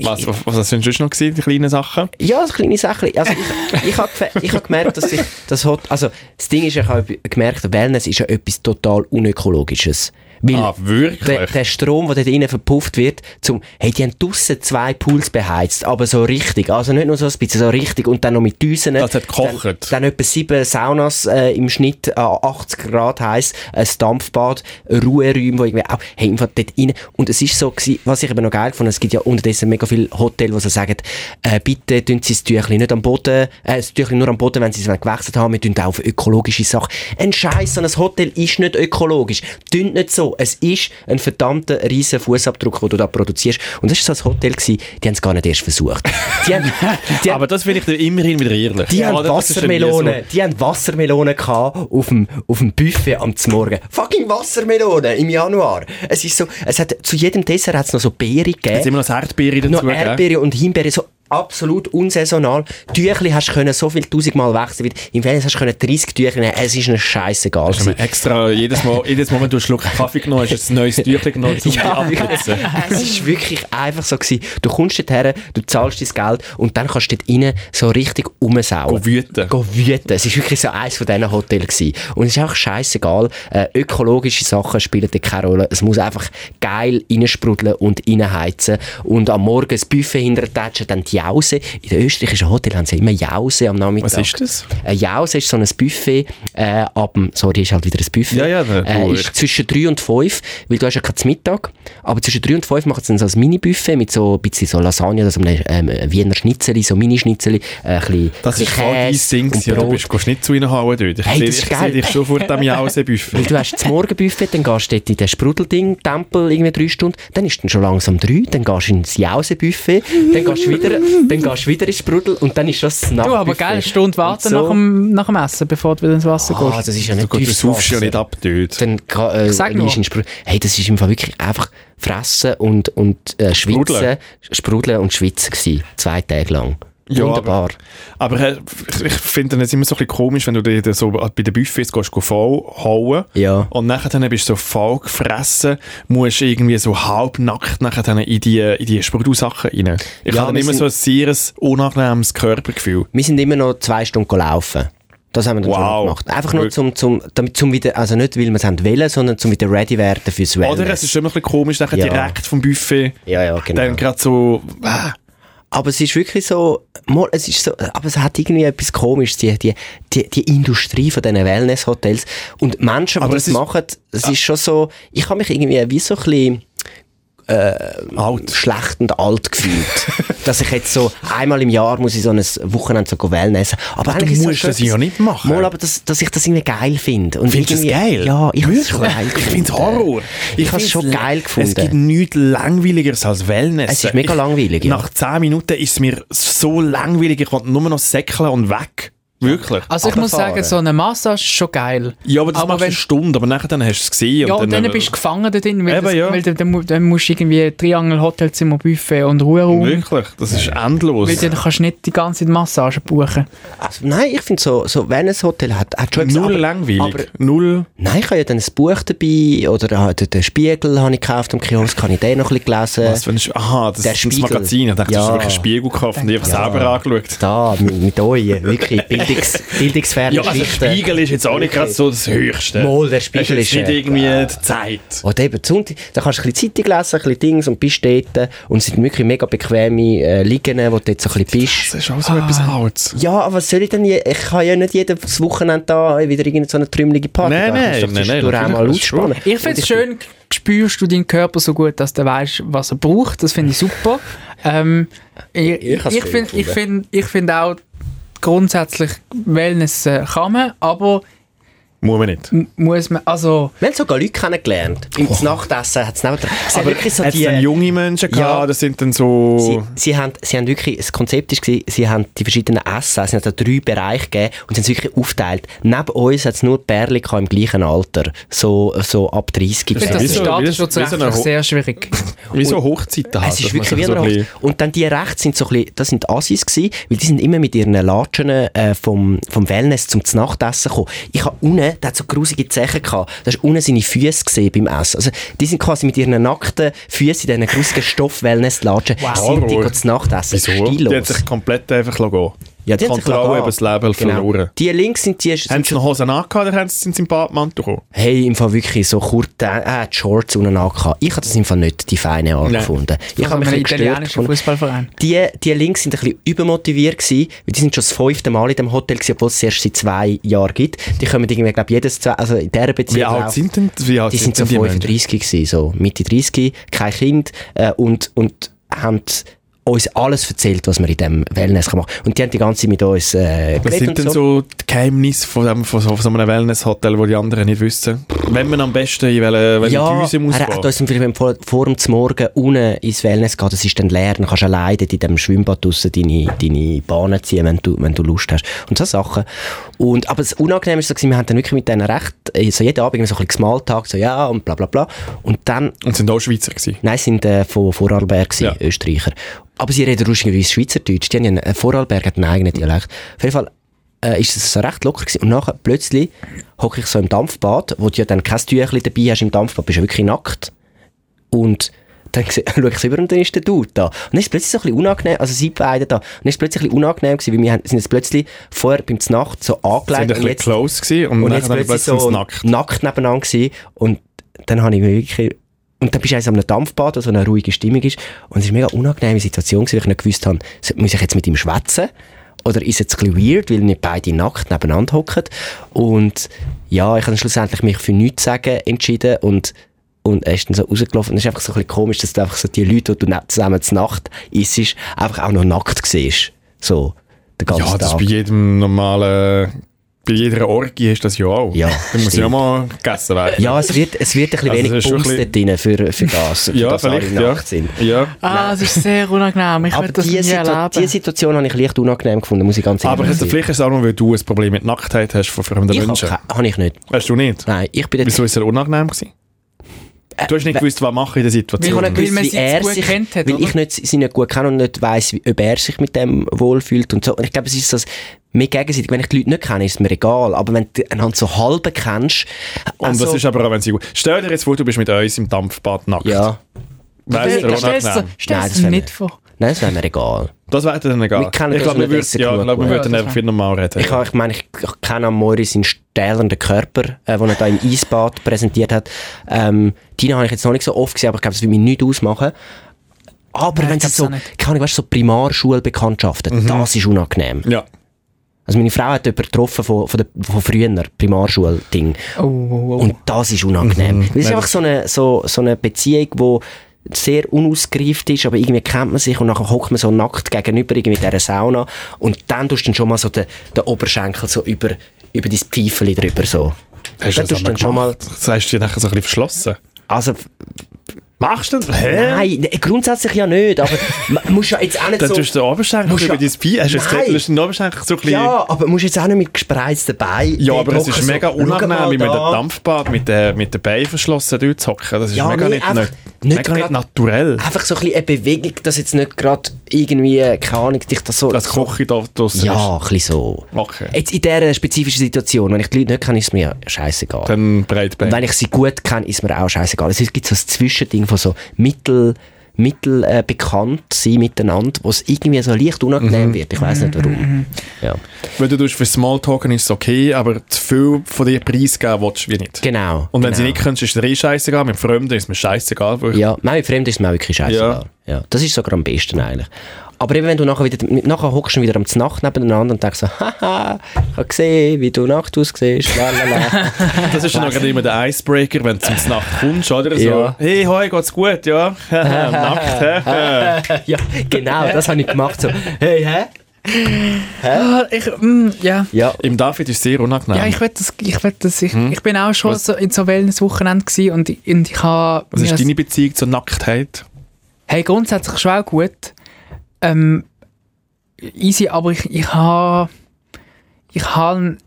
Was, was, was sind sonst noch gewesen, die kleinen Sachen? Ja, so kleine Sachen. Also ich, ich habe ich hab gemerkt, dass ich das Hot also das Ding ist, ich habe gemerkt, Wellness ist ja etwas total unökologisches. Weil Ah, wirklich? Der, der Strom, der dort innen verpufft wird, zum, hey, die haben draussen zwei Pools beheizt, aber so richtig, also nicht nur so ein bisschen, so richtig und dann noch mit Düsen. Das hat gekocht. Dann, dann etwa sieben Saunas äh, im Schnitt an 80 Grad heiß, ein Dampfbad, Ruheräume, wo irgendwie auch, hey, einfach dort rein. Und es ist so gewesen, was ich eben noch geil fand, es gibt ja unterdessen mega viele Hotels, wo sie sagen, äh, bitte tun sie das Tüchli nicht am Boden, äh, das Tüchli nur am Boden, wenn sie es gewechselt haben, wir tun auch auf ökologische Sachen. Ein Scheiß, so ein Hotel ist nicht ökologisch. Tun nicht so. Es ist ein verdammter riesen Fußabdruck, den du da produzierst. Und das war so ein Hotel, gewesen, die haben es gar nicht erst versucht. Die haben, die haben, Aber das finde ich dann immerhin wieder ehrlich. die Ja, haben das ist ja nie Wassermelonen, die haben Wassermelonen gehabt auf dem, auf dem Buffet am Morgen. Fucking Wassermelonen im Januar. Es ist so, es hat, zu jedem Dessert hat es noch so So. Beeren Jetzt gegeben. immer noch Erdbeere dazu. Noch gell? Erdbeere und Himbeere, so absolut unsaisonal. Tüchli hast du können so viel tausendmal wechseln. wie- Im Fernsehen hast du können 30 Tüchli nehmen. Es ist eine scheißegal. Wenn man extra jedes Mal, jedes Mal, wenn du einen Schluck Kaffee genommen hast, hast du ein neues Tüchlein genommen, um ja, Ja, abzuputzen. es ist wirklich einfach so gewesen. Du kommst dort her, du zahlst dein Geld und dann kannst du dort innen so richtig umsauen. Go wüten. Go wüten. Es war wirklich so eins von diesen Hotels. Gewesen. Und es ist einfach scheißegal. Äh, ökologische Sachen spielen dort keine Rolle. Es muss einfach geil reinsprudeln und reinheizen. Und am Morgen das Buffet hintertatschen, dann die Jause. In den österreichischen Hotels haben sie immer Jause am Nachmittag. Was ist das? Ein Jause ist so ein Buffet, äh, ab dem, sorry, ist halt wieder ein Buffet. Ja, ja, ne, äh, du, ist ich- zwischen 3 und 5, weil du hast ja keinen Mittag, aber zwischen 3 und 5 machen sie dann so ein Mini-Buffet mit so ein bisschen so Lasagne oder so einem ähm, Wiener Schnitzeli, so Mini-Schnitzeli, äh, ein bisschen, Das ist bisschen voll dein Käse Ding. und Ja, du Brot. bist go Schnitzel reinhauen dort. Ich Hey, sehe das ist dich- ich geil. sehe dich schon vor dem Weil Jausenbuffet. du hast das Morgenbuffet, dann gehst du dort in den Sprudelding, Tempel, irgendwie drei Stunden, dann ist dann schon langsam drei, dann gehst du ins Jausenbuffet, dann gehst du wieder, dann gehst du wieder ins Sprudel und dann ist das das Du, aber Nachtbuffet. gell, eine Stunde warten Und so- nach, dem, nach dem Essen, bevor du wieder ins Wasser Ah, gehst. das ist ja Du nicht gehst- du tiefes saufst ja Wasser. nicht ab dort. dann ka- äh, Sag dann nur. ist ein Spru- hey, das ist im Fall wirklich einfach fressen und, und äh, schwitzen, Sprudeln. sprudeln. und schwitzen gewesen, zwei Tage lang. Ja, Wunderbar. Aber äh, ich- ich finde es immer so ein bisschen komisch, wenn du dir so bei den Buffets gehst, go voll hauen Ja. und nachher dann bist du so voll gefressen, musst irgendwie so halbnackt nachher dann in die, in die Sprudelsachen rein. Ich Ja, habe dann wir immer so ein sehr unangenehmes Körpergefühl. Wir sind immer noch zwei Stunden gelaufen. Das haben wir dann schon Wow. noch gemacht. Einfach nur Wirklich. zum, zum, damit, zum wieder, also nicht weil wir es haben wollen, sondern zum wieder ready werden fürs Wellness. Oder es ist immer ein bisschen komisch, nachher Ja. direkt vom Buffet ja, ja, genau. dann gerade so... ah, Aber es ist wirklich so, mal, es ist so, aber es hat irgendwie etwas komisches, die, die, die, die Industrie von diesen Wellness-Hotels. Und Menschen, die Aber das es ist- Ah. machen, es ist schon so, ich habe mich irgendwie wie so ein bisschen, äh, schlecht und alt gefühlt. dass ich jetzt so einmal im Jahr muss ich so ein Wochenende so Wellnessen. Aber Du eigentlich ist es musst schön, das ja dass- nicht machen. Mal, aber dass, dass ich das irgendwie geil finde. Und Findest du es irgendwie- geil? Ja, ich finde es Wirklich? geil. Ich finde gefunden. es Horror. Ich habe es find's schon la- geil gefunden. Es gibt nichts Langweiligeres als Wellness. Es ist mega ich, langweilig, ja. Nach 10 Minuten ist es mir so langweilig, ich wollte nur noch säckeln und weg. Wirklich. Also ich muss sagen, so eine Massage ist schon geil. ja, aber das aber machst du wenn- eine Stunde, aber nachher dann äh, hast du es gesehen. Ja, und dann bist du gefangen da drin, weil, Eben, das, ja. weil dann, dann, mu- dann musst du irgendwie Triangel, Hotelzimmer, Buffet und Ruheraum. Wirklich, das ist Weil endlos. dann kannst du nicht die ganze Zeit Massage buchen. Also, nein, ich finde so, so, wenn ein Hotel hat, hat schon etwas, Null aber- langweilig. aber- Null. Nein, ich habe ja dann ein Buch dabei oder ah, den den Spiegel habe ich gekauft am Kiosk, habe ich den noch ein bisschen gelesen. Was, wenn ich, aha, das Der ist das Spiegel. Magazin. Ich dachte, Ja. du hast wirklich einen Spiegel gekauft und ich habe selber angeschaut. Da, mit, mit euch, wirklich, bildungs, bildungsferne Ja, also der Geschichten. Spiegel ist jetzt auch nicht gerade so das Höchste. Mal, der Spiegel Es ist ist, nicht äh, irgendwie die Zeit. Oder eben Sonntag, da kannst du ein bisschen Zeitung lesen, ein bisschen Dings und bist dort äh, und es sind wirklich mega bequeme äh, Liegen, wo du jetzt so ein bisschen bist. ist auch so etwas Altes. Ja, aber was soll ich denn? Je, ich kann ja nicht jedes Wochenende da wieder irgendeine so eine trümmelige Party Nein, machen. nein, Ich muss doch nein, nein, zwischendurch auch mal natürlich, das ist ausspannen. Ich finde es schön, spürst du deinen Körper so gut, dass du weißt, was er braucht. Das finde ich super. ähm, ich Ich ich, hab's ich schön finde ich gefunden. find, ich find auch, grundsätzlich Wellness äh, kann man, aber Muss man nicht. m- muss man, also... Wir haben sogar Leute kennengelernt. Im Nachtessen hat es nebenan. Es sind wirklich so Hat es die... dann junge Menschen gehabt? Ja. Das sind dann Sie, so... sie, haben, sie haben wirklich, das Konzept war, gewesen, sie haben die verschiedenen Essen, sie haben da drei Bereiche gegeben und sie haben es wirklich aufgeteilt. Neben uns hat es nur Perli gehabt im gleichen Alter, so, so ab 30 Ich finde wie das so- wie so eine staatsschutzrechtlich Ho- sehr schwierig. Wie so Hochzeiten haben. Es ist wirklich wie so Und dann die rechts sind so ein bisschen, das sind Assis gewesen, weil die sind immer mit ihren Latschen äh, vom, vom Wellness zum Nachtessen gekommen. Ich habe unten, der hat so grusige Zechen gehabt, da hast du unten seine Füße gesehen beim Essen. Also die sind quasi mit ihren nackten Füßen in diesen grusigen Stoff-Wellness-Latschen Wow. sind die Horror. zum Nachtessen. Wieso? Die hat sich komplett einfach gehen Ja, die haben sich Kontrolle lassen. über das Leben verloren. Genau. Die links sind die... Haben sie noch Hosen angehabt oder haben sie sind sie im Badmantel gekommen? Hey, im Fall wirklich so kurz, äh, die Shorts unten angehabt. Ich habe das im Fall nicht die feine Art Nein. gefunden. Ich Ich habe mich also ein ein bisschen gestört italienischer gefunden. Fußballverein. Die, die Links sind ein bisschen übermotiviert gewesen, weil die sind schon das fünfte Mal in dem Hotel gewesen, obwohl es erst seit zwei Jahren gibt. Die kommen irgendwie, glaube jedes zwei, also in dieser Beziehung Wie alt auch. sind denn wie alt Die sind so denn 35 gewesen, so Mitte 30, kein Kind äh, und, und haben uns alles erzählt, was man in dem Wellness kann machen kann. Und die haben die ganze Zeit mit uns äh, Was geredet sind und denn so. so die Geheimnisse von, dem, von, so, von so einem Wellnesshotel, wo die anderen nicht wissen? Wenn man am besten in welche, welche ja, Düse muss er hat gehen? uns im Film vor, vor dem Morgen unten ins Wellness gehen, das ist dann leer, dann kannst du alleine dort in diesem Schwimmbad draussen deine, deine Bahnen ziehen, wenn du, wenn du Lust hast. Und so Sachen. Und, aber das Unangenehme war so, gewesen, wir haben dann wirklich mit denen recht, äh, so jeden Abend so ein bisschen Gesmaltag, so ja und bla bla bla. Und dann, Und sind auch Schweizer gewesen. nein, sind äh, von Vorarlberg gewesen, Ja. Österreicher. Aber sie reden lustigerweise Schweizerdeutsch, die haben ja einen, äh, Vorarlberg hat einen eigenen Dialekt. Auf jeden Fall äh, ist es so recht locker gewesen. Und nachher plötzlich hocke ich so im Dampfbad, wo du ja dann kein Tüchli dabei hast im Dampfbad, bist ja wirklich nackt. Und dann gse- schaue ich so über und dann ist der Dude da. Und dann ist es plötzlich so ein bisschen unangenehm, also sie beide da, und dann ist es plötzlich ein bisschen unangenehm gewesen, weil wir haben, sind jetzt plötzlich vorher beim Znacht so Sind ein angelegt und bisschen jetzt, close gewesen und, und nachher jetzt dann plötzlich plötzlich so nackt. nackt, nebeneinander gewesen. Und dann habe ich mir wirklich, und dann bist du also an einem Dampfbad, wo so eine ruhige Stimmung ist. Und es ist eine mega unangenehme Situation gewesen, weil ich nicht gewusst habe, so- muss ich jetzt mit ihm schwätzen? Oder ist es jetzt ein bisschen weird, weil nicht beide nackt nebeneinander hocken? Und ja, ich habe dann schlussendlich mich für nichts sagen entschieden und und er ist dann so rausgelaufen. Und es ist einfach so ein bisschen komisch, dass du einfach so die Leute, die du na- zusammen zur Nacht isst, einfach auch noch nackt siehst. So, den ganzen Ja, das ist Tag. bei jedem normalen, bei jeder Orgie ist das ja auch. Ja, Dann stimmt. muss ja auch mal gegessen werden. Ja, es wird, es wird ein bisschen Also, es wenig ist schon Bums ein dort drin für, für das, für ja das alle vielleicht, ja. nackt sind. ja. Ah, es ist sehr unangenehm. Ich Aber würde das die, nie Situ erleben. die Situation habe ich leicht unangenehm gefunden, muss ich ganz ehrlich Aber es- sagen. vielleicht ist es auch nur, weil du ein Problem mit Nacktheit hast von fremden Ich habe Menschen. keine- habe ich nicht. Weißt du nicht? Nein, ich bin jetzt... Wieso ist es unangenehm gewesen? Du hast Äh, nicht we- gewusst, was mache ich in der Ich Situation. habe nicht- Weil man wie sie zu gut kennt hat, weil oder? ich nicht, sie nicht gut kenne und nicht weiss, wie, ob er sich mit dem wohlfühlt und so. Und ich glaube, es ist das mehr gegenseitig. Wenn ich die Leute nicht kenne, ist es mir egal. Aber wenn du einen so halben kennst... also- Und das ist aber auch, wenn sie gut... Stell dir jetzt vor, du bist mit uns im Dampfbad nackt. Ja. Weißt du, Stell dir unangenehm. Nein, das das wär nicht mir- vor. Nein, das wäre mir egal. Das wäre dir dann Wir egal. kennen Ich das glaube, nicht wir würden besser ja, genug, ich glaube, wir ja. würden Ja, einfach wieder normal reden. Ich, hab- ich meine, ich, ich kenne am Moiri seinen stählernden Körper, äh, den er da im Eisbad präsentiert hat. Ähm, Tina habe ich jetzt noch nicht so oft gesehen, aber ich glaube, das will mich nicht ausmachen. Aber Nein, wenn ich sie glaub, so, das auch nicht. keine Ahnung, weißt, du, so Primarschulbekanntschaften, das ist unangenehm. ja. Also meine Frau hat jemanden getroffen von, von, der, von früher, Primarschul-Ding. Oh, oh, oh. Mhm. Und das ist unangenehm. Weil es ist Nein, einfach so eine, so, so eine Beziehung, wo sehr unausgereift ist, aber irgendwie kennt man sich und nachher hockt man so nackt gegenüber irgendwie dieser Sauna und dann tust du dann schon mal so den, den Oberschenkel so über, über dein Pfeifeli drüber so. Hast du das dann schon mal... Das hast du dir nachher so ein bisschen verschlossen. Also, Machst du das? Hä? nein, ne- grundsätzlich ja nicht, aber man muss ja jetzt auch nicht Äh? Dann so... tust du den Oberschenkel Musst über ja- dein Bein. Hast du jetzt Nein. gesagt, du hast den Oberschenkel so ein bisschen... Ja, aber musst jetzt auch nicht mit gespreizten Beinen... Ja, dort aber es ist hocken, so, mega «Schau mal unangenehm, wie man da.» den Dampfbad mit den, mit den Beinen verschlossen dort zu hocken. Das ist Ja, mega nee, nicht, einfach nicht, nicht mega nicht grad- naturell. Einfach so ein bisschen eine Bewegung, dass jetzt nicht gerade irgendwie, keine Ahnung, dich das so... Das Kochen da draussen Ja, ein bisschen so. ist. Okay. Jetzt in dieser spezifischen Situation, wenn ich die Leute nicht kenne, ist es mir scheißegal. Dann Und Breitbein. wenn ich sie gut kenne, ist mir auch scheißegal. Es gibt so ein Zwischending von so mittel, mittel äh, bekannt sein miteinander, wo es irgendwie so leicht Mhm. unangenehm wird. Ich weiß nicht warum. Ja. Wenn du tust für Smalltalken ist es okay, aber zu viel von dir preisgeben willst du wie nicht. Genau. Und wenn sie genau. nicht können, ist es dir eh scheißegal. Mit Fremden ist mir scheißegal. Weil Ja, nein, mit Fremden ist es mir auch wirklich scheißegal. Ja. Das ist sogar am besten eigentlich. Aber eben, wenn du nachher wieder, nachher hockst du wieder am Znacht nebeneinander und denkst so, haha, ich habe gesehen, wie du Nacht aussiehst, lalala. Das ist ja noch gerade immer der Icebreaker, wenn du zum Nacht kommst, oder? So, Ja. hey, hoi, geht's gut, ja? Nacht, hä? ja, genau, das habe ich gemacht, so, hey, hä? Ah, ich, mm, ja. Ja, Im David ist sehr unangenehm. Ja, ich will das, ich will das, ich, ich bin auch schon so in so Wellness-Wochenende gewesen und, ich- und ich habe... Was mir ist das- deine Beziehung zur Nacktheit? Hey, grundsätzlich schon auch gut. Ähm, easy, aber ich, ich habe... Ich habe...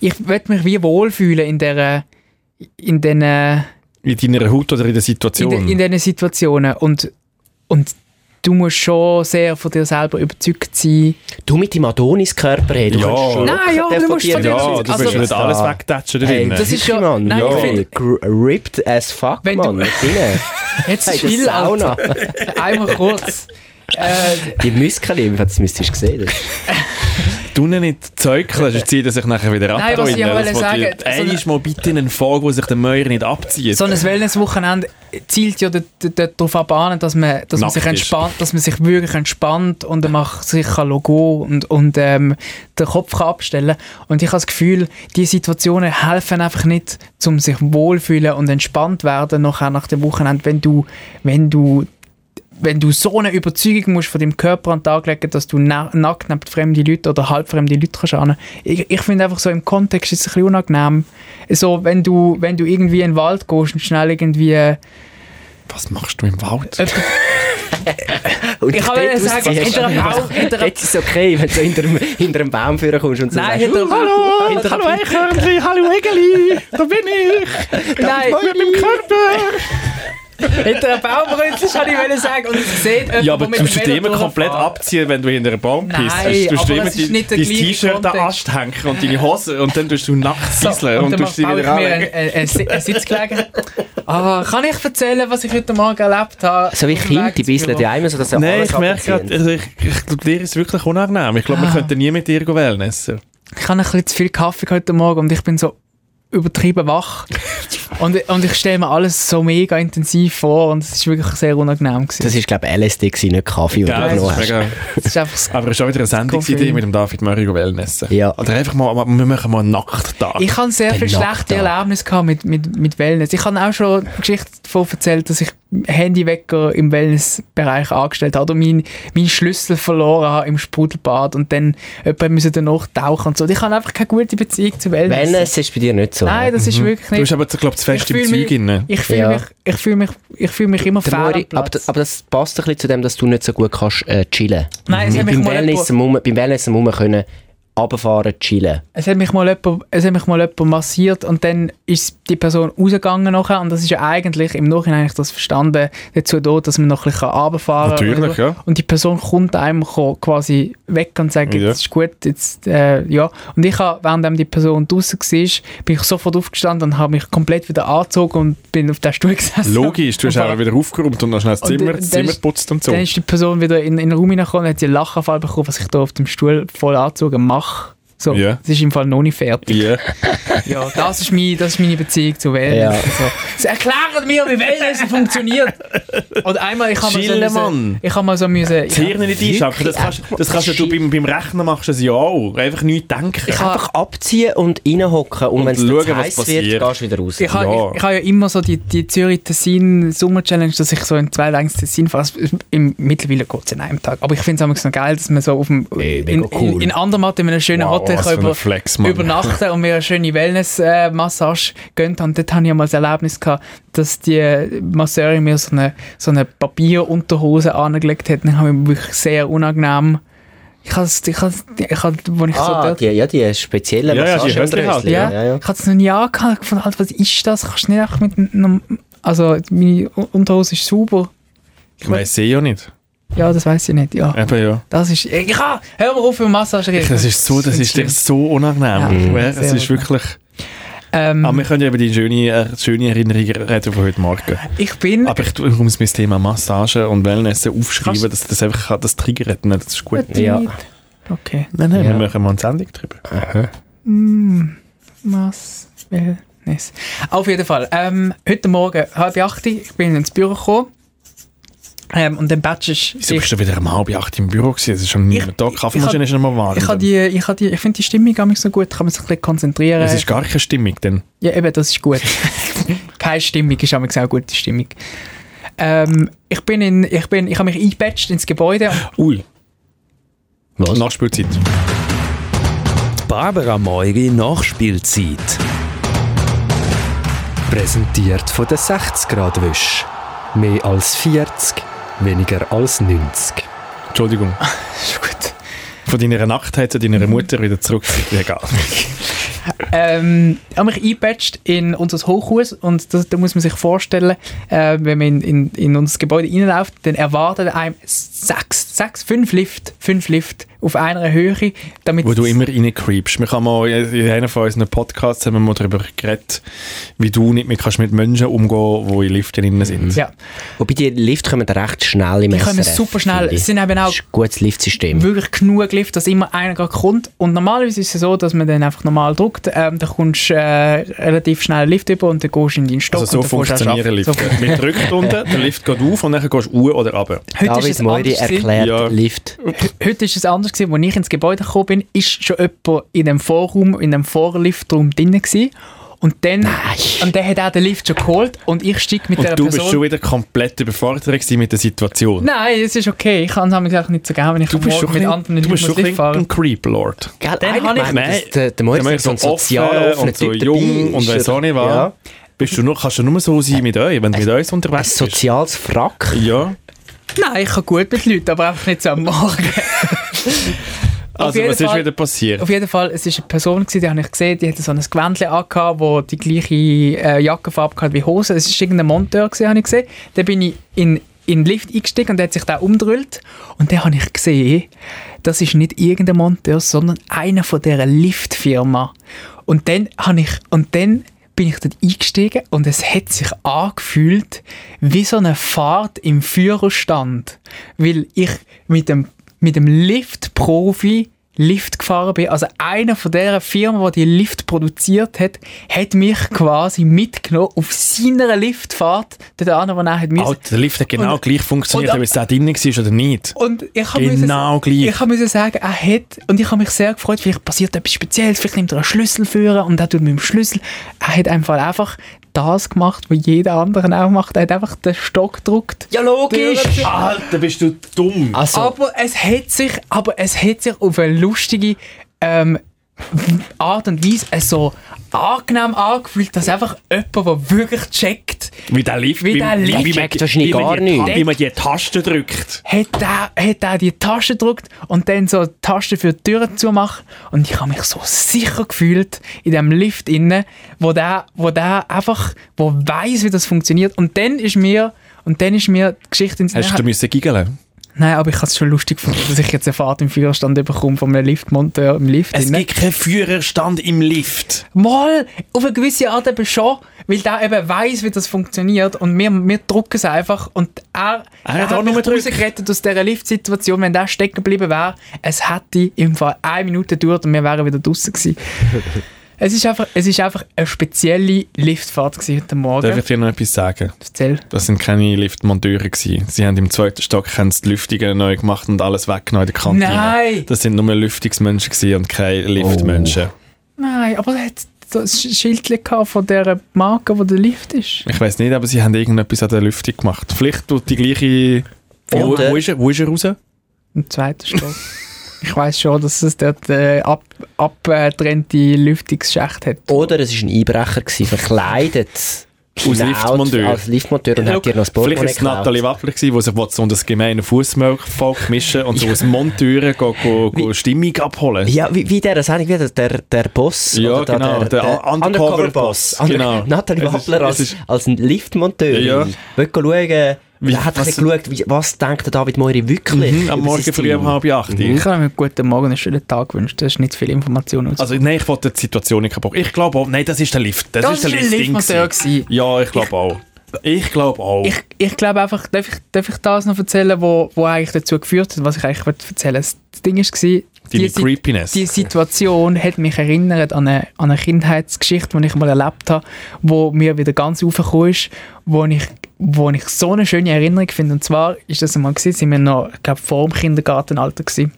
Ich will mich wie wohlfühlen in dieser... In diesen... In deiner Haut oder in der in, Situation? de, in diesen Situationen. Und, und du musst schon sehr von dir selber überzeugt sein. du mit dem Adonis-Körper, hey, du Ja. kannst schon locker Nein, ja, den du von musst dir von dir überzeugen. Also, ja, du willst nicht alles wegtatschen da Hey, drinnen. das ist ja, Mann, nein, ja. ich finde, gr- ripped as fuck, Wenn Mann. du- Mit denen. Jetzt Hey, ist die viel Sauna. Alter. Einmal kurz. Äh, Die Muskeln, jedenfalls, das müsstest du sehen. Du ihn nicht zeugeln, sonst zieht er sich nachher wieder ab. Nein, was da ich drinnen. auch Das wollte will ich- sagen, so eine- Einmal mal bitte einen Vogel, der sich den Mäuer nicht abzieht. so ein Wellness-Wochenende zielt ja dort- dort darauf ab, an, dass man, dass man Nackt sich ist. entspannt, dass man sich wirklich entspannt und man macht sich kann lassen gehen und, und ähm, den Kopf kann abstellen Und ich habe das Gefühl, diese Situationen helfen einfach nicht, um sich wohlfühlen und entspannt werden nachher nach dem Wochenende, wenn du, wenn du wenn du so eine Überzeugung musst von deinem Körper an den Tag legen, dass du na nackt neben fremde Leute oder halbfremde Leute kannst ane. Ich, ich finde einfach so im Kontext ist es ein bisschen unangenehm. So, wenn du, wenn du irgendwie in den Wald gehst und schnell irgendwie... äh, was machst du im Wald? Und Ich dich wollte dort sagen, ausziehst. hinter einem Baum- hinter einem- Dort ist es okay, wenn du hinter einem, hinter einem Baum führen kommst und so Nein, sagst, hinter- Hallo, hinter- hallo Eichhörnli, hallo Egeli, da bin ich Nein, mit meinem Körper. hinter einem Baumrützel kann ich wollen sagen und es sieht jemand, Ja, aber der mit du musst dem dich Velo immer komplett durchfährt. abziehen, wenn du hinter einem Baum Nein, pissst. Du aber tust du immer es ist dein nicht der dein gleiche T-Shirt an den Ast hängen und deine Hose und dann tust du nackt sieseln So, und, dann tust sie baue ich wieder mir anlegen. eine, eine, Si- eine Sitzgelegenheit. Ah, kann ich erzählen, was ich heute Morgen erlebt habe? So wie Kinder, die bisseln ja immer so, dass sie Nein, alles ich merke abziehen. gerade, also ich, ich glaube, dir ist es wirklich unangenehm. Ich glaube, wir Ah. könnten nie mit dir wellnessen. ich habe ein bisschen zu viel Kaffee heute Morgen und ich bin so übertrieben wach. und, und ich stelle mir alles so mega intensiv vor und es ist wirklich sehr unangenehm. Gewesen. Das war, glaube ich, LSD, gewesen, nicht Kaffee, den du Geil, genommen das ist hast. mega. Das ist einfach so- Aber es war auch wieder eine Sendungsidee Koffein. mit dem David Murray wellnessen. Ja. Oder einfach mal, wir machen mal einen Nachttag. ich habe sehr Den viele Nacht schlechte an. Erlebnisse gehabt mit, mit, mit Wellness. Ich habe auch schon Geschichten davon erzählt, dass ich Handywecker im Wellnessbereich angestellt habe oder meinen mein Schlüssel verloren habe im Sprudelbad und dann jemand musste danach tauchen und so. Und ich habe einfach keine gute Beziehung zu Wellness. Wenn es ist bei dir nicht so. Nein, das ist wirklich du nicht... bist aber, glaube ich, zu fest Ich im fühl Zeug inne. Ich fühle Ja. mich, ich fühle mich, ich fühle mich immer Der fehl am Mori, aber, Platz. das- aber das passt ein bisschen zu dem, dass du nicht so gut kannst, äh, chillen kannst. Nein, es hat mich Beim mal Wellness, jemand, rum- beim Wellness rum können runterfahren, chillen. es hat mich mal jemand, es hat mich mal jemand massiert und dann ist die Person rausgegangen nachher und das ist ja eigentlich, im Nachhinein habe ich das verstanden, dazu da, dass man noch ein bisschen runterfahren kann. Natürlich, ja. Und die Person kommt einem ko- quasi weg und sagt, Ja. jetzt ist gut, jetzt, äh, ja. Und ich habe, während die Person draußen war, bin ich sofort aufgestanden und habe mich komplett wieder angezogen und bin auf der Stuhl gesessen. Logisch, du hast Und- auch wieder aufgeräumt und dann schnell das Und Zimmer, dann das Zimmer ist- putzt und so. Dann ist die Person wieder in, in den Raum hineingekommen und hat sie einen Lachanfall bekommen, was ich da auf dem Stuhl voll angezogen mache. So, Ja. es ist im Fall noch nicht fertig. Ja. Ja, das ist, mein, das ist meine Beziehung zu Wellen. Ja. Also, sie erklären mir, wie Wellen funktioniert. Und einmal, ich habe mal so Chillen, müssen, Mann. ich habe mal so müssen, Das Hirn nicht einschalten. Das kannst, das kannst ja du beim, beim Rechnen machst du das ja auch. Einfach nichts denken. Ich habe- Einfach abziehen und reinhocken und, Und wenn es schauen, zu was heiß wird, passiert. gehst du wieder raus. Ich habe Ja. ich, ich habe ja immer so die, die Zürich-Tessin-Sommer-Challenge, dass ich so in zwei Tagen ins Tessin fahre. Es- Im Mittlerweile geht es in einem Tag. Aber ich finde es immer so geil, dass man so auf dem, in, in, in Andermatt in einem schönen Wow, Hotel was kann für ein über, Flex, Mann. übernachten und mir eine schöne Wellness-Massage gönnt haben. Dort hatte ich mal das Erlebnis, gehabt, dass die Masseurin mir so eine, so eine Papierunterhose angelegt hat. Dann habe ich mich wirklich sehr unangenehm... Ich habe, ich habe, ich habe, wo ich so Ah, dort die, ja, die speziellen Ja, ja, die Massageunterhöschen, Höschen halt. ja, ja, ja. ich hatte es noch nie angehört. Ich fand, halt, was ist das? Kannst du nicht einfach mit einem... Also, meine U- Unterhose ist sauber. Ich weiß eh ja nicht. Ja, das weiß ich nicht. Ja, Eben ja. das ist... Ich kann... Hör mal auf mit Massage reden. Das ist so, das ist dir so unangenehm. Ja, Ja, sehr Mhm. es ist gut. wirklich. Aber Ähm, wir können ja über die schöne, äh, schöne Erinnerung reden von heute Morgen. ich bin... Aber ich, tu- ich muss mein Thema Massage und Wellness aufschreiben, dass das einfach kann, das triggert. Nein, das ist gut. Ja. Okay. Nein, nein, Ja. wir machen mal eine Sendung drüber. Mm, Mass... Wellness. Auf jeden Fall. Ähm, heute Morgen, halb acht, ich bin ins Büro gekommen. Ähm, und dann batschest Wieso bist du wieder um halb acht im Büro gewesen? Es ist schon niemand da. Die Kaffeemaschine ich- ist noch mal warm. Ich, hab die, ich, hab die, ich finde die Stimmung gar nicht so gut, kann man sich ein bisschen konzentrieren. es ist gar keine Stimmung denn. Ja, eben, das ist gut. Keine Stimmung ist aber auch eine gute Stimmung. Ähm, ich bin in, ich bin, ich habe mich eingebettet ins Gebäude. Ui. Was? Nachspielzeit. Barbara Meury Nachspielzeit. Präsentiert von der 60 Grad Wisch. Mehr als 40, weniger als 90. Entschuldigung. ist gut. Von deiner Nacktheit zu deiner Mutter wieder zurück. Egal. Ähm, ich habe mich eingebettet in unser Hochhaus und das, da muss man sich vorstellen, äh, wenn man in, in, in unser Gebäude reinläuft, dann erwarten einem sechs, sechs, fünf Lift, fünf Lift auf einer Höhe, damit Wo du es- immer reincreepst. Wir haben mal in einem von unseren Podcasts haben wir mal darüber geredet, wie du nicht mehr kannst mit Menschen umgehen die in Liften drin sind. Mhm. ja, Wobei die Lifte kommen recht schnell im die können SRF, super schnell. finde ich. Es sind eben Das auch ist ein gutes Liftsystem. wirklich genug Lift, dass immer einer gerade kommt. Und normalerweise ist es so, dass man dann einfach normal drückt, ähm, dann kommst du äh, relativ schnell einen Lift über und dann gehst du in deinen Stock. Also so und dann fährst du auch funktionieren arbeiten. Lifte. Man drückt unten, der Lift geht auf und dann gehst du hoch oder runter. So, heute, ist David es Moiri anders gewesen, erklärt Ja. Lift. heute ist es anders gewesen, als ich ins Gebäude gekommen bin, ist schon jemand in dem Vorraum, in dem Vorliftraum drin gewesen. Und dann, und dann hat auch den Lift schon geholt und ich steige mit Und der du Person... bist schon wieder komplett überfordert gewesen mit der Situation. Nein, es ist okay. Ich kann es nämlich auch nicht so gerne, wenn ich Du am bist Morgen schon mit ein anderen bisschen- du bist Leuten schon muss ein Lift bisschen ein fahren. Creep-Lord. Gell, Dann eigentlich habe ich- meint man, Nein. dass der, der Moiri Ja, man ist so ein ist so sozial offen offener und so Typ. dabei jung und ist, weiss oder? auch nicht was. Ja. Bist du nur, kannst du nur so sein mit euch, wenn du mit uns Ein unterwegs bist? soziales Frack. Ja. Nein, ich kann gut mit Leuten, aber einfach nicht so am Morgen. Also, jeden was ist Fall- wieder passiert? Auf jeden Fall, es war eine Person, gewesen, die habe ich gesehen, die hatte so ein Gewändchen angehabt, wo die gleiche äh, Jackenfarbe hatte wie Hose. Es war irgendein Monteur, gewesen, habe ich gesehen. Dann bin ich in, in den Lift eingestiegen und der hat sich da umgedrückt. Und dann habe ich gesehen, das ist nicht irgendein Monteur, sondern einer von dieser Liftfirma. Und dann habe ich, und dann bin ich dort eingestiegen und es hat sich angefühlt wie so eine Fahrt im Führerstand. Weil ich mit dem, mit dem Lift-Profi Lift gefahren bin. Also einer von dieser Firmen, die die Lift produziert hat, hat mich quasi mitgenommen auf seiner Liftfahrt, dort an, wo er hat müssen. Oh, der Lift hat genau Und- gleich funktioniert, und- ob es da drin war oder nicht. Und ich habe Genau müssen, gleich. Ich habe müssen sagen, er hat, und ich habe mich sehr gefreut, vielleicht passiert etwas Spezielles, vielleicht nimmt er einen Schlüssel führen und er tut mit dem Schlüssel. Er hat einfach, einfach das gemacht, was jeder andere auch macht. Er hat einfach den Stock gedrückt. Ja, logisch. Alter, bist du dumm. Also, Aber es hat sich, aber es hat sich auf eine lustige ähm, Art und Weise äh, so angenehm angefühlt, dass einfach jemand, der wirklich checkt, Wie der Lift. Wie der Lift. man- Checkt wahrscheinlich wie man gar die- nicht. Wie man die Taste drückt. hat er, hat er die Tasche gedrückt und dann so die Tasche für die Türen zumachen. Und ich habe mich so sicher gefühlt in dem Lift innen, wo der, wo der einfach, wo weiß, wie das funktioniert. Und dann ist mir, und dann ist mir die Geschichte ins Hast du müssen giggeln? Nein, aber ich habe es schon lustig gefunden, dass ich jetzt eine Fahrt im Führerstand bekomme von einem Liftmonteur im Lift. Es innen. gibt keinen Führerstand im Lift. Mal, auf eine gewisse Art eben schon, weil der eben weiss, wie das funktioniert und wir, wir drucken es einfach und er, hat auch mich nur gedrückt. rausgerettet aus dieser Lift-Situation, wenn der stecken geblieben wäre, es hätte im Fall eine Minute gedauert und wir wären wieder draußen gewesen. es, ist einfach, es ist einfach eine spezielle Liftfahrt gewesen heute Darf Morgen. ich dir noch etwas sagen? Erzähl. Das sind keine Liftmonteure gewesen. Sie haben im zweiten Stock haben sie die Lüftungen neu gemacht und alles weggenommen in der Kantine. Nein! Das sind nur Lüftungsmenschen gewesen und keine Liftmenschen. Nein, aber er hat das Schild gehabt von dieser Marke, wo der Lift ist. Ich weiß nicht, aber sie haben irgendetwas an der Lüftung gemacht. Vielleicht tut die gleiche... Wo, Oder- wo, ist er, wo ist er raus? Im zweiten Stock. ich weiß schon, dass es dort äh, ab, abgetrennte Lüftungsschächte hat. Oder es war ein Einbrecher, gewesen, verkleidet. in ein Auto- Liftmonteur. Als Liftmonteur und hat dir noch das Portemonnaie Vielleicht ist es Nathalie Wappler, gewesen, die sich wollte so unter das gemeine Fußvolk mischen und so aus Monteuren go, go, go Stimmung abholen. Ja, wie, wie der Sendung, wie der, der, der Boss. Ja, oder da genau, der Undercover Boss, Under genau. Nathalie Es ist- Wappler es als, ist- als ein Liftmonteur. Ja. Wollt schauen, Wie- er hat ein was- bisschen geschaut, wie, was denkt der David Moiri wirklich Mhm, am über Morgen sein früh Team? um halb acht. Ich habe mir einen guten Morgen, einen schönen Tag gewünscht. Das ist nicht viel Information. und so. Also nein, ich wollte die Situation nicht kaputt. Ich glaube auch, nein, das ist der Lift. Das, ist der ein Lift-Ding Liftmonteur gewesen. gewesen. Ja, ich glaube auch. Ich glaube auch. Ich, ich glaube einfach, darf ich, darf ich das noch erzählen, wo, wo eigentlich dazu geführt hat, was ich eigentlich wollte erzählen wollte? Das Ding war, Deine die, Si- Creepiness. die Situation hat mich erinnert an eine, an eine Kindheitsgeschichte, die ich mal erlebt habe, wo mir wieder ganz aufgekommen ist, wo ich, wo ich so eine schöne Erinnerung finde. Und zwar ist das einmal, gewesen, sind wir noch, ich glaube, vor dem Kindergartenalter gewesen.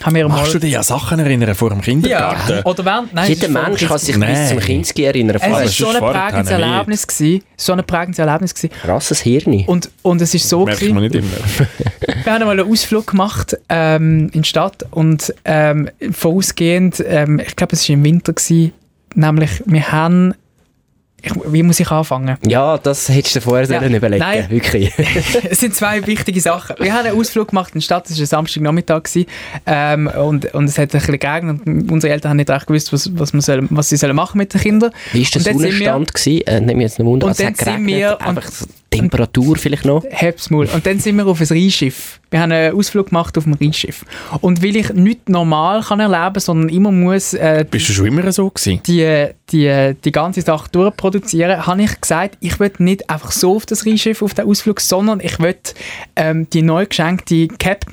Haben wir Machst du mal... dich an Sachen erinnern vor dem Kindergarten? Ja, oder während... Nein, Jeder es war vor dem Mensch kann sich Nein. bis zum Kinski erinnern. vor Es Aber allem. es ist so ist ein vor dem prägendes Tannenlied. Erlebnis gewesen. So ein prägendes Erlebnis gewesen. Krasses Hirn. Und, und es ist so Merke ich gewesen, mir nicht immer. wir haben mal einen Ausflug gemacht ähm, in die Stadt und ähm, vorausgehend, ähm, ich glaube es war im Winter, gewesen, nämlich wir haben, ich, wie muss ich anfangen? Ja, das hättest du dir vorher Ja, sollen überlegen nein. wirklich. es sind zwei wichtige Sachen. Wir haben einen Ausflug gemacht in die Stadt, es war ein Samstagnachmittag gewesen, ähm, und, und es hat ein bisschen geregnet und unsere Eltern haben nicht recht gewusst, was, was, wir sollen, was sie sollen machen mit den Kindern. Wie war der Und dann sind wir- Sonnenstand? gewesen? Äh, Nimm jetzt einen Wunder, Und es hat dann sind geregnet. wir- einfach und- so Temperatur vielleicht noch. Herbstmul. Und dann sind wir auf ein Rheinschiff. Wir haben einen Ausflug gemacht auf dem Rheinschiff. Und weil ich nichts normal kann erleben, sondern immer muss äh, Bist du schon immer so gewesen? die, die, die ganze Sache durchproduzieren, habe ich gesagt, ich will nicht einfach so auf das Rheinschiff, auf den Ausflug, sondern ich will ähm, die neu geschenkte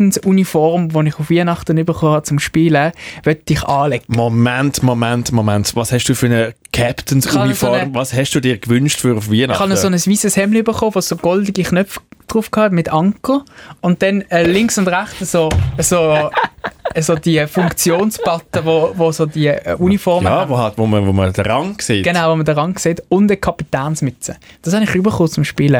Captains-Uniform, die ich auf Weihnachten bekommen habe zum Spielen, will ich anlegen. Moment, Moment, Moment. Was hast du für eine Ich habe so Captains-Uniform? eine- Was hast du dir gewünscht für auf Ich habe Weihnachten? so ein weißes Hemd bekommen, das so goldige Knöpfe drauf hatte, mit Anker. Und dann äh, links und rechts so, so, so die Funktionsbutton, wo, wo so die äh, Uniformen ja, haben. wo, hat, wo, man, wo man den Rang sieht. Genau, wo man den Rang sieht. Und eine Kapitänsmütze. Das habe ich bekommen zum Spielen,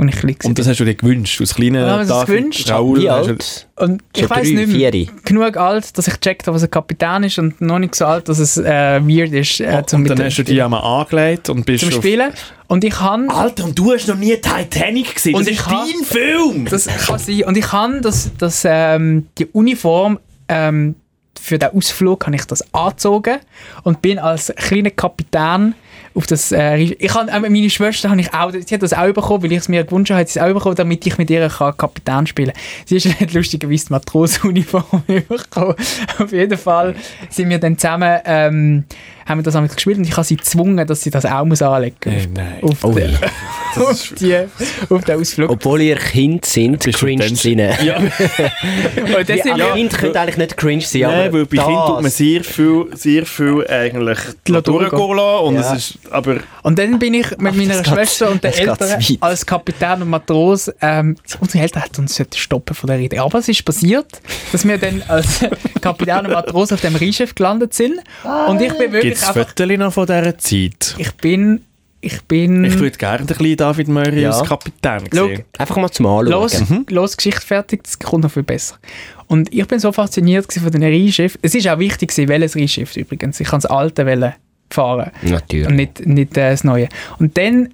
als ich klein war. Und das hast du dir gewünscht, aus kleinen Ja, habe ich das David gewünscht? Raoul. Wie hast du- alt? Und So ich weiß drei, nicht mehr vier. genug alt, dass ich gecheckt habe, was ein Kapitän ist und noch nicht so alt, dass es äh, weird ist, äh, zum, Oh, und mit dann dem hast du die einmal angelegt und bist zum auf- Spielen. Und ich kann Alter, und du hast noch nie Titanic gesehen. Und das ich ist hab- dein Film. das kann sein. Und ich habe das, das, ähm, die Uniform ähm, für den Ausflug habe ich das angezogen und bin als kleiner Kapitän auf das äh, Ri- ich habe äh, meine Schwester habe ich auch sie hat das auch bekommen weil ich es mir gewünscht habe hat sie es auch bekommen damit ich mit ihr kann Kapitän spielen sie ist nicht lustigerweise die Matrosenuniform bekommen auf jeden Fall sind wir dann zusammen ähm, haben wir das einmal gespielt und ich habe sie gezwungen dass sie das auch muss anlegen Äh, nein. auf, Oh, den, auf, die, auf den Ausflug Obwohl ihr Kind sind, Bist du cringe dann- sind. Ja, und dann sind wir- Kind könnt eigentlich nicht cringe sein, Äh, Nein, aber weil bei das, Kindern tut man sehr viel, sehr viel eigentlich durchgehen. durchgehen lassen und Ja. es ist, aber Und dann bin ich mit meiner geht- Schwester und den das geht Eltern zu weit. als Kapitän und Matros, ähm, unsere Eltern hätten uns sollten stoppen von der Rede. Aber es ist passiert, dass wir dann als Kapitän und Matros auf dem Rheinschiff gelandet sind. Und ich bin gibt wirklich es einfach, Fotos noch von dieser Zeit? ich bin, ich bin, Ich würde gerne ein bisschen David Murray Ja. als Kapitän Mhm. Schau, sehen. einfach mal zum Anschauen. los, los, Geschichte fertig, das kommt noch viel besser. Und ich bin so fasziniert gewesen von den Rheinschiffen. Es ist auch wichtig gewesen, welches Rheinschiff übrigens. Ich kann das alte wollen fahren. Natürlich. Und nicht, nicht äh, das Neue. Und dann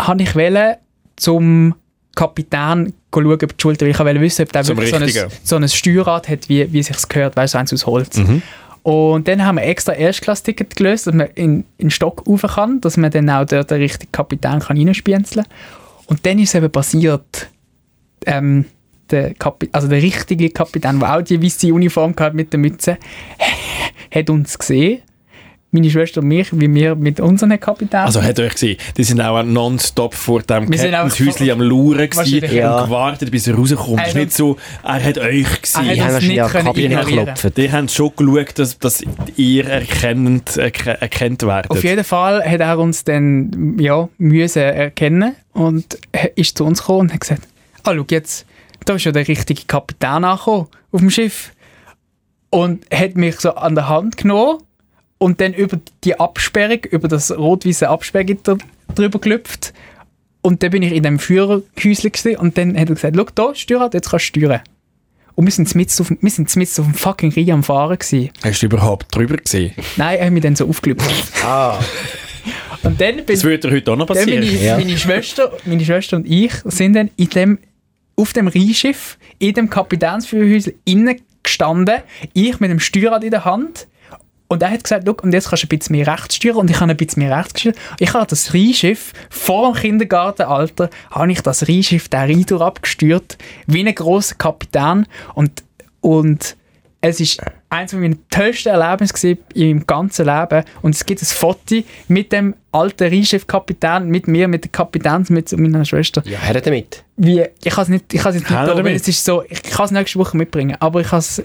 habe ich wollte zum Kapitän schauen über die Schulter, weil ich wollte wissen, ob der Zum wirklich so ein, Richtigen. so ein Steuerrad hat, wie, wie sich's gehört, weißt du, so eins aus Holz. Mhm. Und dann haben wir extra Erstklass-Ticket gelöst, dass man in, in den Stock rauf kann, dass man dann auch dort den richtigen Kapitän kann reinspienzeln kann. Und dann ist es eben passiert, ähm, der, Kapi also der richtige Kapitän, der auch die weiße Uniform hatte mit der Mütze, hat uns gesehen, meine Schwester und mich, wie wir mit unseren Kapitänen. Also hat euch gesehen, die sind auch nonstop vor dem Wir sind auch- Captainshäuschen am Luren gewesen Wahrscheinlich. und Ja. gewartet, bis er rauskommt. Es ist Er- nicht so, er hat euch gesehen. Die Er hat- haben uns wahrscheinlich nicht auch die können Kabine ignorieren. geklopft. Die haben schon geschaut, dass, dass ihr erkennend, äh, erke- erkannt werdet. Auf jeden Fall hat er uns dann ja, müssen erkennen und er ist zu uns gekommen und hat gesagt, ah, schau jetzt, da ist ja der richtige Kapitän angekommen auf dem Schiff. Und hat mich so an der Hand genommen und dann über die Absperrung, über das rot-weiße Absperrgitter drüber gelüpft. Und dann bin ich in dem Führerhäuschen gewesen und dann hat er gesagt, schau da, Steuerrad, jetzt kannst du steuern. Und wir sind mitten auf, dem- wir sind mitten auf dem fucking Rhein am Fahren gewesen. Hast du überhaupt drüber gesehen? Nein, er hat mich dann so aufgelüpft. Und dann Ah. bin Das würde dir heute auch noch dann passieren. meine, meine, Schwester, meine Schwester und ich sind dann in dem, auf dem Rheinschiff, in dem Kapitänsführerhäusl innen gestanden, ich mit dem Steuerrad in der Hand. Und er hat gesagt, «Schau, und jetzt kannst du ein bisschen mehr rechts steuern. Und ich habe ein bisschen mehr rechts gesteuert. Ich habe das Rheinschiff vor dem Kindergartenalter, habe ich das Rheinschiff der Rhein abgesteuert, wie ein grosser Kapitän. Und, und es ist eins meiner tollsten Erlebnisse gewesen im ganzen Leben. Und es gibt ein Foto mit dem alten Rheinschiff-Kapitän, mit mir, mit der Kapitän, mit meiner Schwester. Ja, her damit. Wie, ich kann es nicht, ich kann es nicht Keiner mitbringen, weil damit. es ist so, ich kann es nächste Woche mitbringen, aber ich kann es,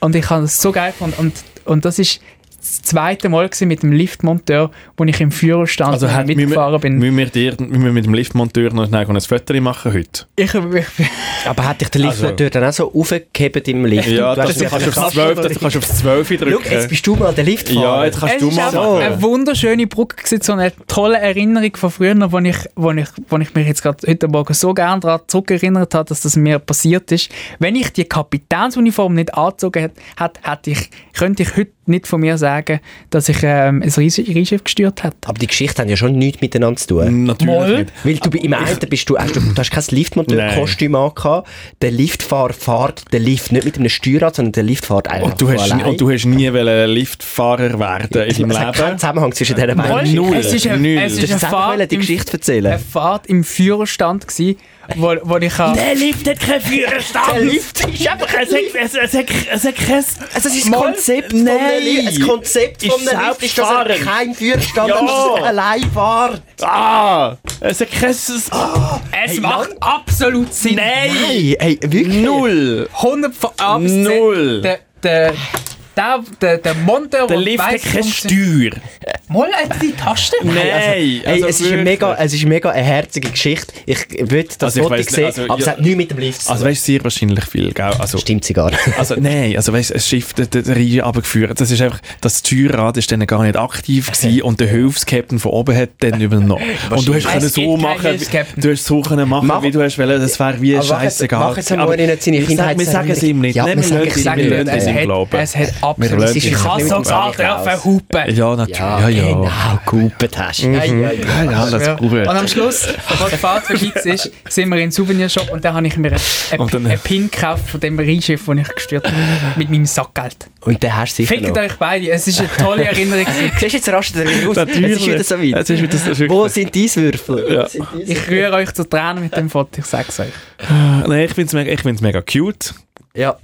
und ich habe es so geil gefunden. Und, und das ist das zweite Mal gewesen mit dem Liftmonteur, wo ich im Führer stand Also und hat, müssen, mitgefahren wir, bin. müssen, wir dir, müssen wir mit dem Liftmonteur noch schnell ein Foto machen heute? Ich, ich, Aber hat dich der Lift Also- natürlich dann auch so aufgehebt im Lift? Ja, Du hast dass du dich kannst einfach aufs abgeschlossen. 12, dass du kannst aufs 12 drücken Schau, jetzt bist du mal der Liftfahrer. Ja, jetzt kannst es du ist mal einfach machen. eine wunderschöne Brücke gewesen, so eine tolle Erinnerung von früher, wo ich, wo ich, wo ich mich jetzt gerade heute Morgen so gerne daran zurückerinnert habe, dass das mir passiert ist. Wenn ich die Kapitänsuniform nicht angezogen hätte, hätte, hätte ich, könnte ich heute nicht von mir sagen, dass ich ähm, ein Reis- Reischiff gesteuert hätte. Aber die Geschichten haben ja schon nichts miteinander zu tun. Natürlich Moll. nicht. Weil du bei- im einen bist du, hast du, du hast kein Liftmonteur-Kostüm angehabt. Der Liftfahrer fährt den Lift nicht mit einem Steuerrad, sondern der Lift fährt einfach Und du, von hast, allein. und du hast nie wollen Liftfahrer werden eh, in es deinem hat keinen Leben. Zusammenhang zwischen diesen Moll. beiden. Null. Es ist Null. eine, Du es hast ist eine jetzt einfach wollen Fahrt die im, Geschichte erzählen. eine Fahrt im Führerstand gewesen, wo, wo ich habe... Der Lift hat keinen Führerstand! Der Lift ist einfach ein Lift! Es, es, hat- es hat kein- Also es ist das Mal- Konzept von Nein. einem Lift. Das Konzept Ist von einem Lift ist, dass er selbstfahrend. keinen Führerstand Ja. hat, dass er allein fährt. Ah! Es hat kein... Ah, Es macht absolut Sinn. Nein, ey, wirklich. null! 100 von A bis Z. Null. Der, der, der, der, der Monteur, Der Lift hat keine Steuer. Mal einfach die Taste. Nein! Ey, also es, ist eine wirklich. mega, es ist eine mega eine herzige Geschichte. Ich will das Also ich Foto weiss nicht, sehen, also aber es ja- hat nichts mit dem Lift zu tun. Also weißt du, sehr wahrscheinlich viel, gell? Also, Stimmt sie gar nicht. also nein, also weißt du, ein Schiff, der, der Reihe runtergeführt, das ist einfach, das Steuerrad ist dann gar nicht aktiv gewesen und der Hilfskapitän von oben hat dann übernommen. und du hast können Es so gibt keinen machen, wie- Hilfskapitän. du hast so können machen, Mach- wie du hast wollen, das wäre wie Aber mach jetzt- scheissegal. mach jetzt einmal Aber in seine wir sagen- Wir sagen es ihm nicht. Ja, Nein, wir wir sagen- lassen ich es ihm sag nicht. nicht, Wir lassen es es ihm hat- glauben. es hat absolut- Wir lassen es ihm ist- glauben. kann so gesagt dürfen hupen. Ja, natürlich. Ja, Mhm. Genau, ja. gehupet hast. Ei, ei, ei. Ja, ja, das ist gut. Und am Schluss, als die Fahrt vorbei ist, sind wir in den Souvenirshop und da habe ich mir einen- Und dann- einen einen Pin gekauft von dem Rheinschiff, den ich gestört habe, mit meinem Sackgeld. Und den hast du sicher Fickt noch. euch beide, es ist eine tolle Erinnerung. gewesen. Siehst du, jetzt rastet er wieder raus. Natürlich. Es ist wieder so Es ist wieder so- weit. wirklich- Wo sind deine Würfel? Ja. Ich rühre euch zu Tränen mit dem Foto, ich sag's euch. Nein, ich finde es mega, mega cute. ja.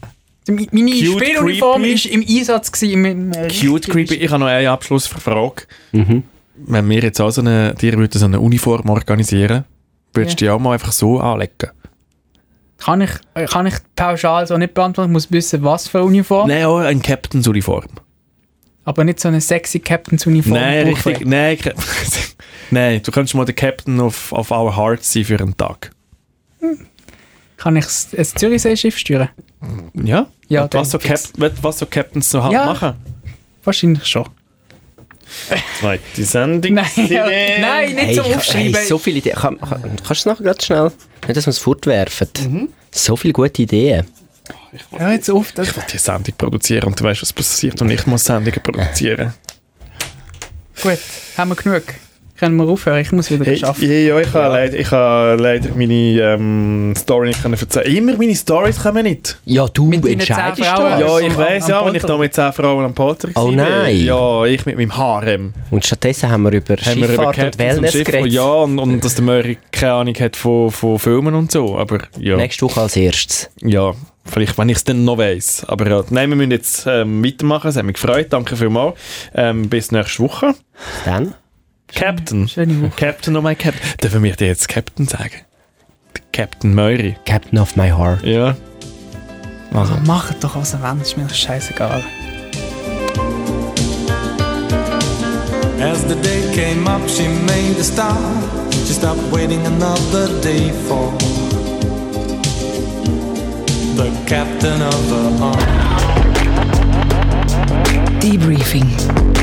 Meine meine Cute, Spieluniform creepy. war im Einsatz. Gewesen, im, im, äh, Cute, creepy. Ich habe noch eine Abschlussfrage. Mhm. Wenn wir jetzt auch so eine, dir würden so eine dus Uniform organisieren, würdest du die auch mal einfach so anlegen? Kann ich, äh, kann ich pauschal so nicht beantworten. Ich muss wissen, was für eine Uniform. Nein, auch eine Captain's Uniform. Aber nicht so eine sexy Captain's Uniform. Nein, brauche ich. richtig. Nein, Cap- nein, du könntest mal der Captain of, of our hearts sein für einen Tag. Kann ich s- ein Zürichsee-Schiff steuern? Ja? Ja, Und was, so dann fix. Cap was so Captains so halt Ja. machen? Wahrscheinlich schon. Zweite Sendung. Nein, nein nicht Hey, zum ich- Aufschreiben. Hey, so viele Ideen. Kann, kann, kannst du es nachher gerade schnell? Nicht, dass wir es fortwerfen. Mhm. So viele gute Ideen. Hör jetzt auf. Das Ich will die Sendung produzieren und du weißt, was passiert und ich muss Sendungen produzieren. gut, haben wir genug. Können wir aufhören? Ich muss wieder Hey, arbeiten. ja, ja, ich habe leider, ich habe leider meine ähm, Story nicht können erzählen. Immer meine Stories kommen nicht. Ja, du Mit deinen entscheidest zehn Frauen. das. Ja, Also, ich am- weiss am ja, wenn ich Portal. da mit 10 Frauen am Porter Oh gewesen bin. nein. Ja, ich mit meinem Harem. Und stattdessen haben wir über Haben wir über Schifffahrt und Captains Wellness Schiff- geredet. Ja, und, und dass der Möri keine Ahnung hat von, von Filmen und so. Aber ja, Nächste Woche als erstes. ja vielleicht, wenn ich es dann noch weiss. Aber ja, nein, wir müssen jetzt ähm, weitermachen. Es hat mich gefreut. Danke vielmals. Ähm, bis nächste Woche. Dann? Captain. Schöne Woche. Captain, oh mein Captain. Dürfen wir dir jetzt Captain sagen? Captain Möri. Captain of my heart. Ja. Also. Mach doch, was ihr wollt. Ist mir scheißegal. As the day came up, she made a stop. She stopped waiting another day for the captain of the army. Debriefing.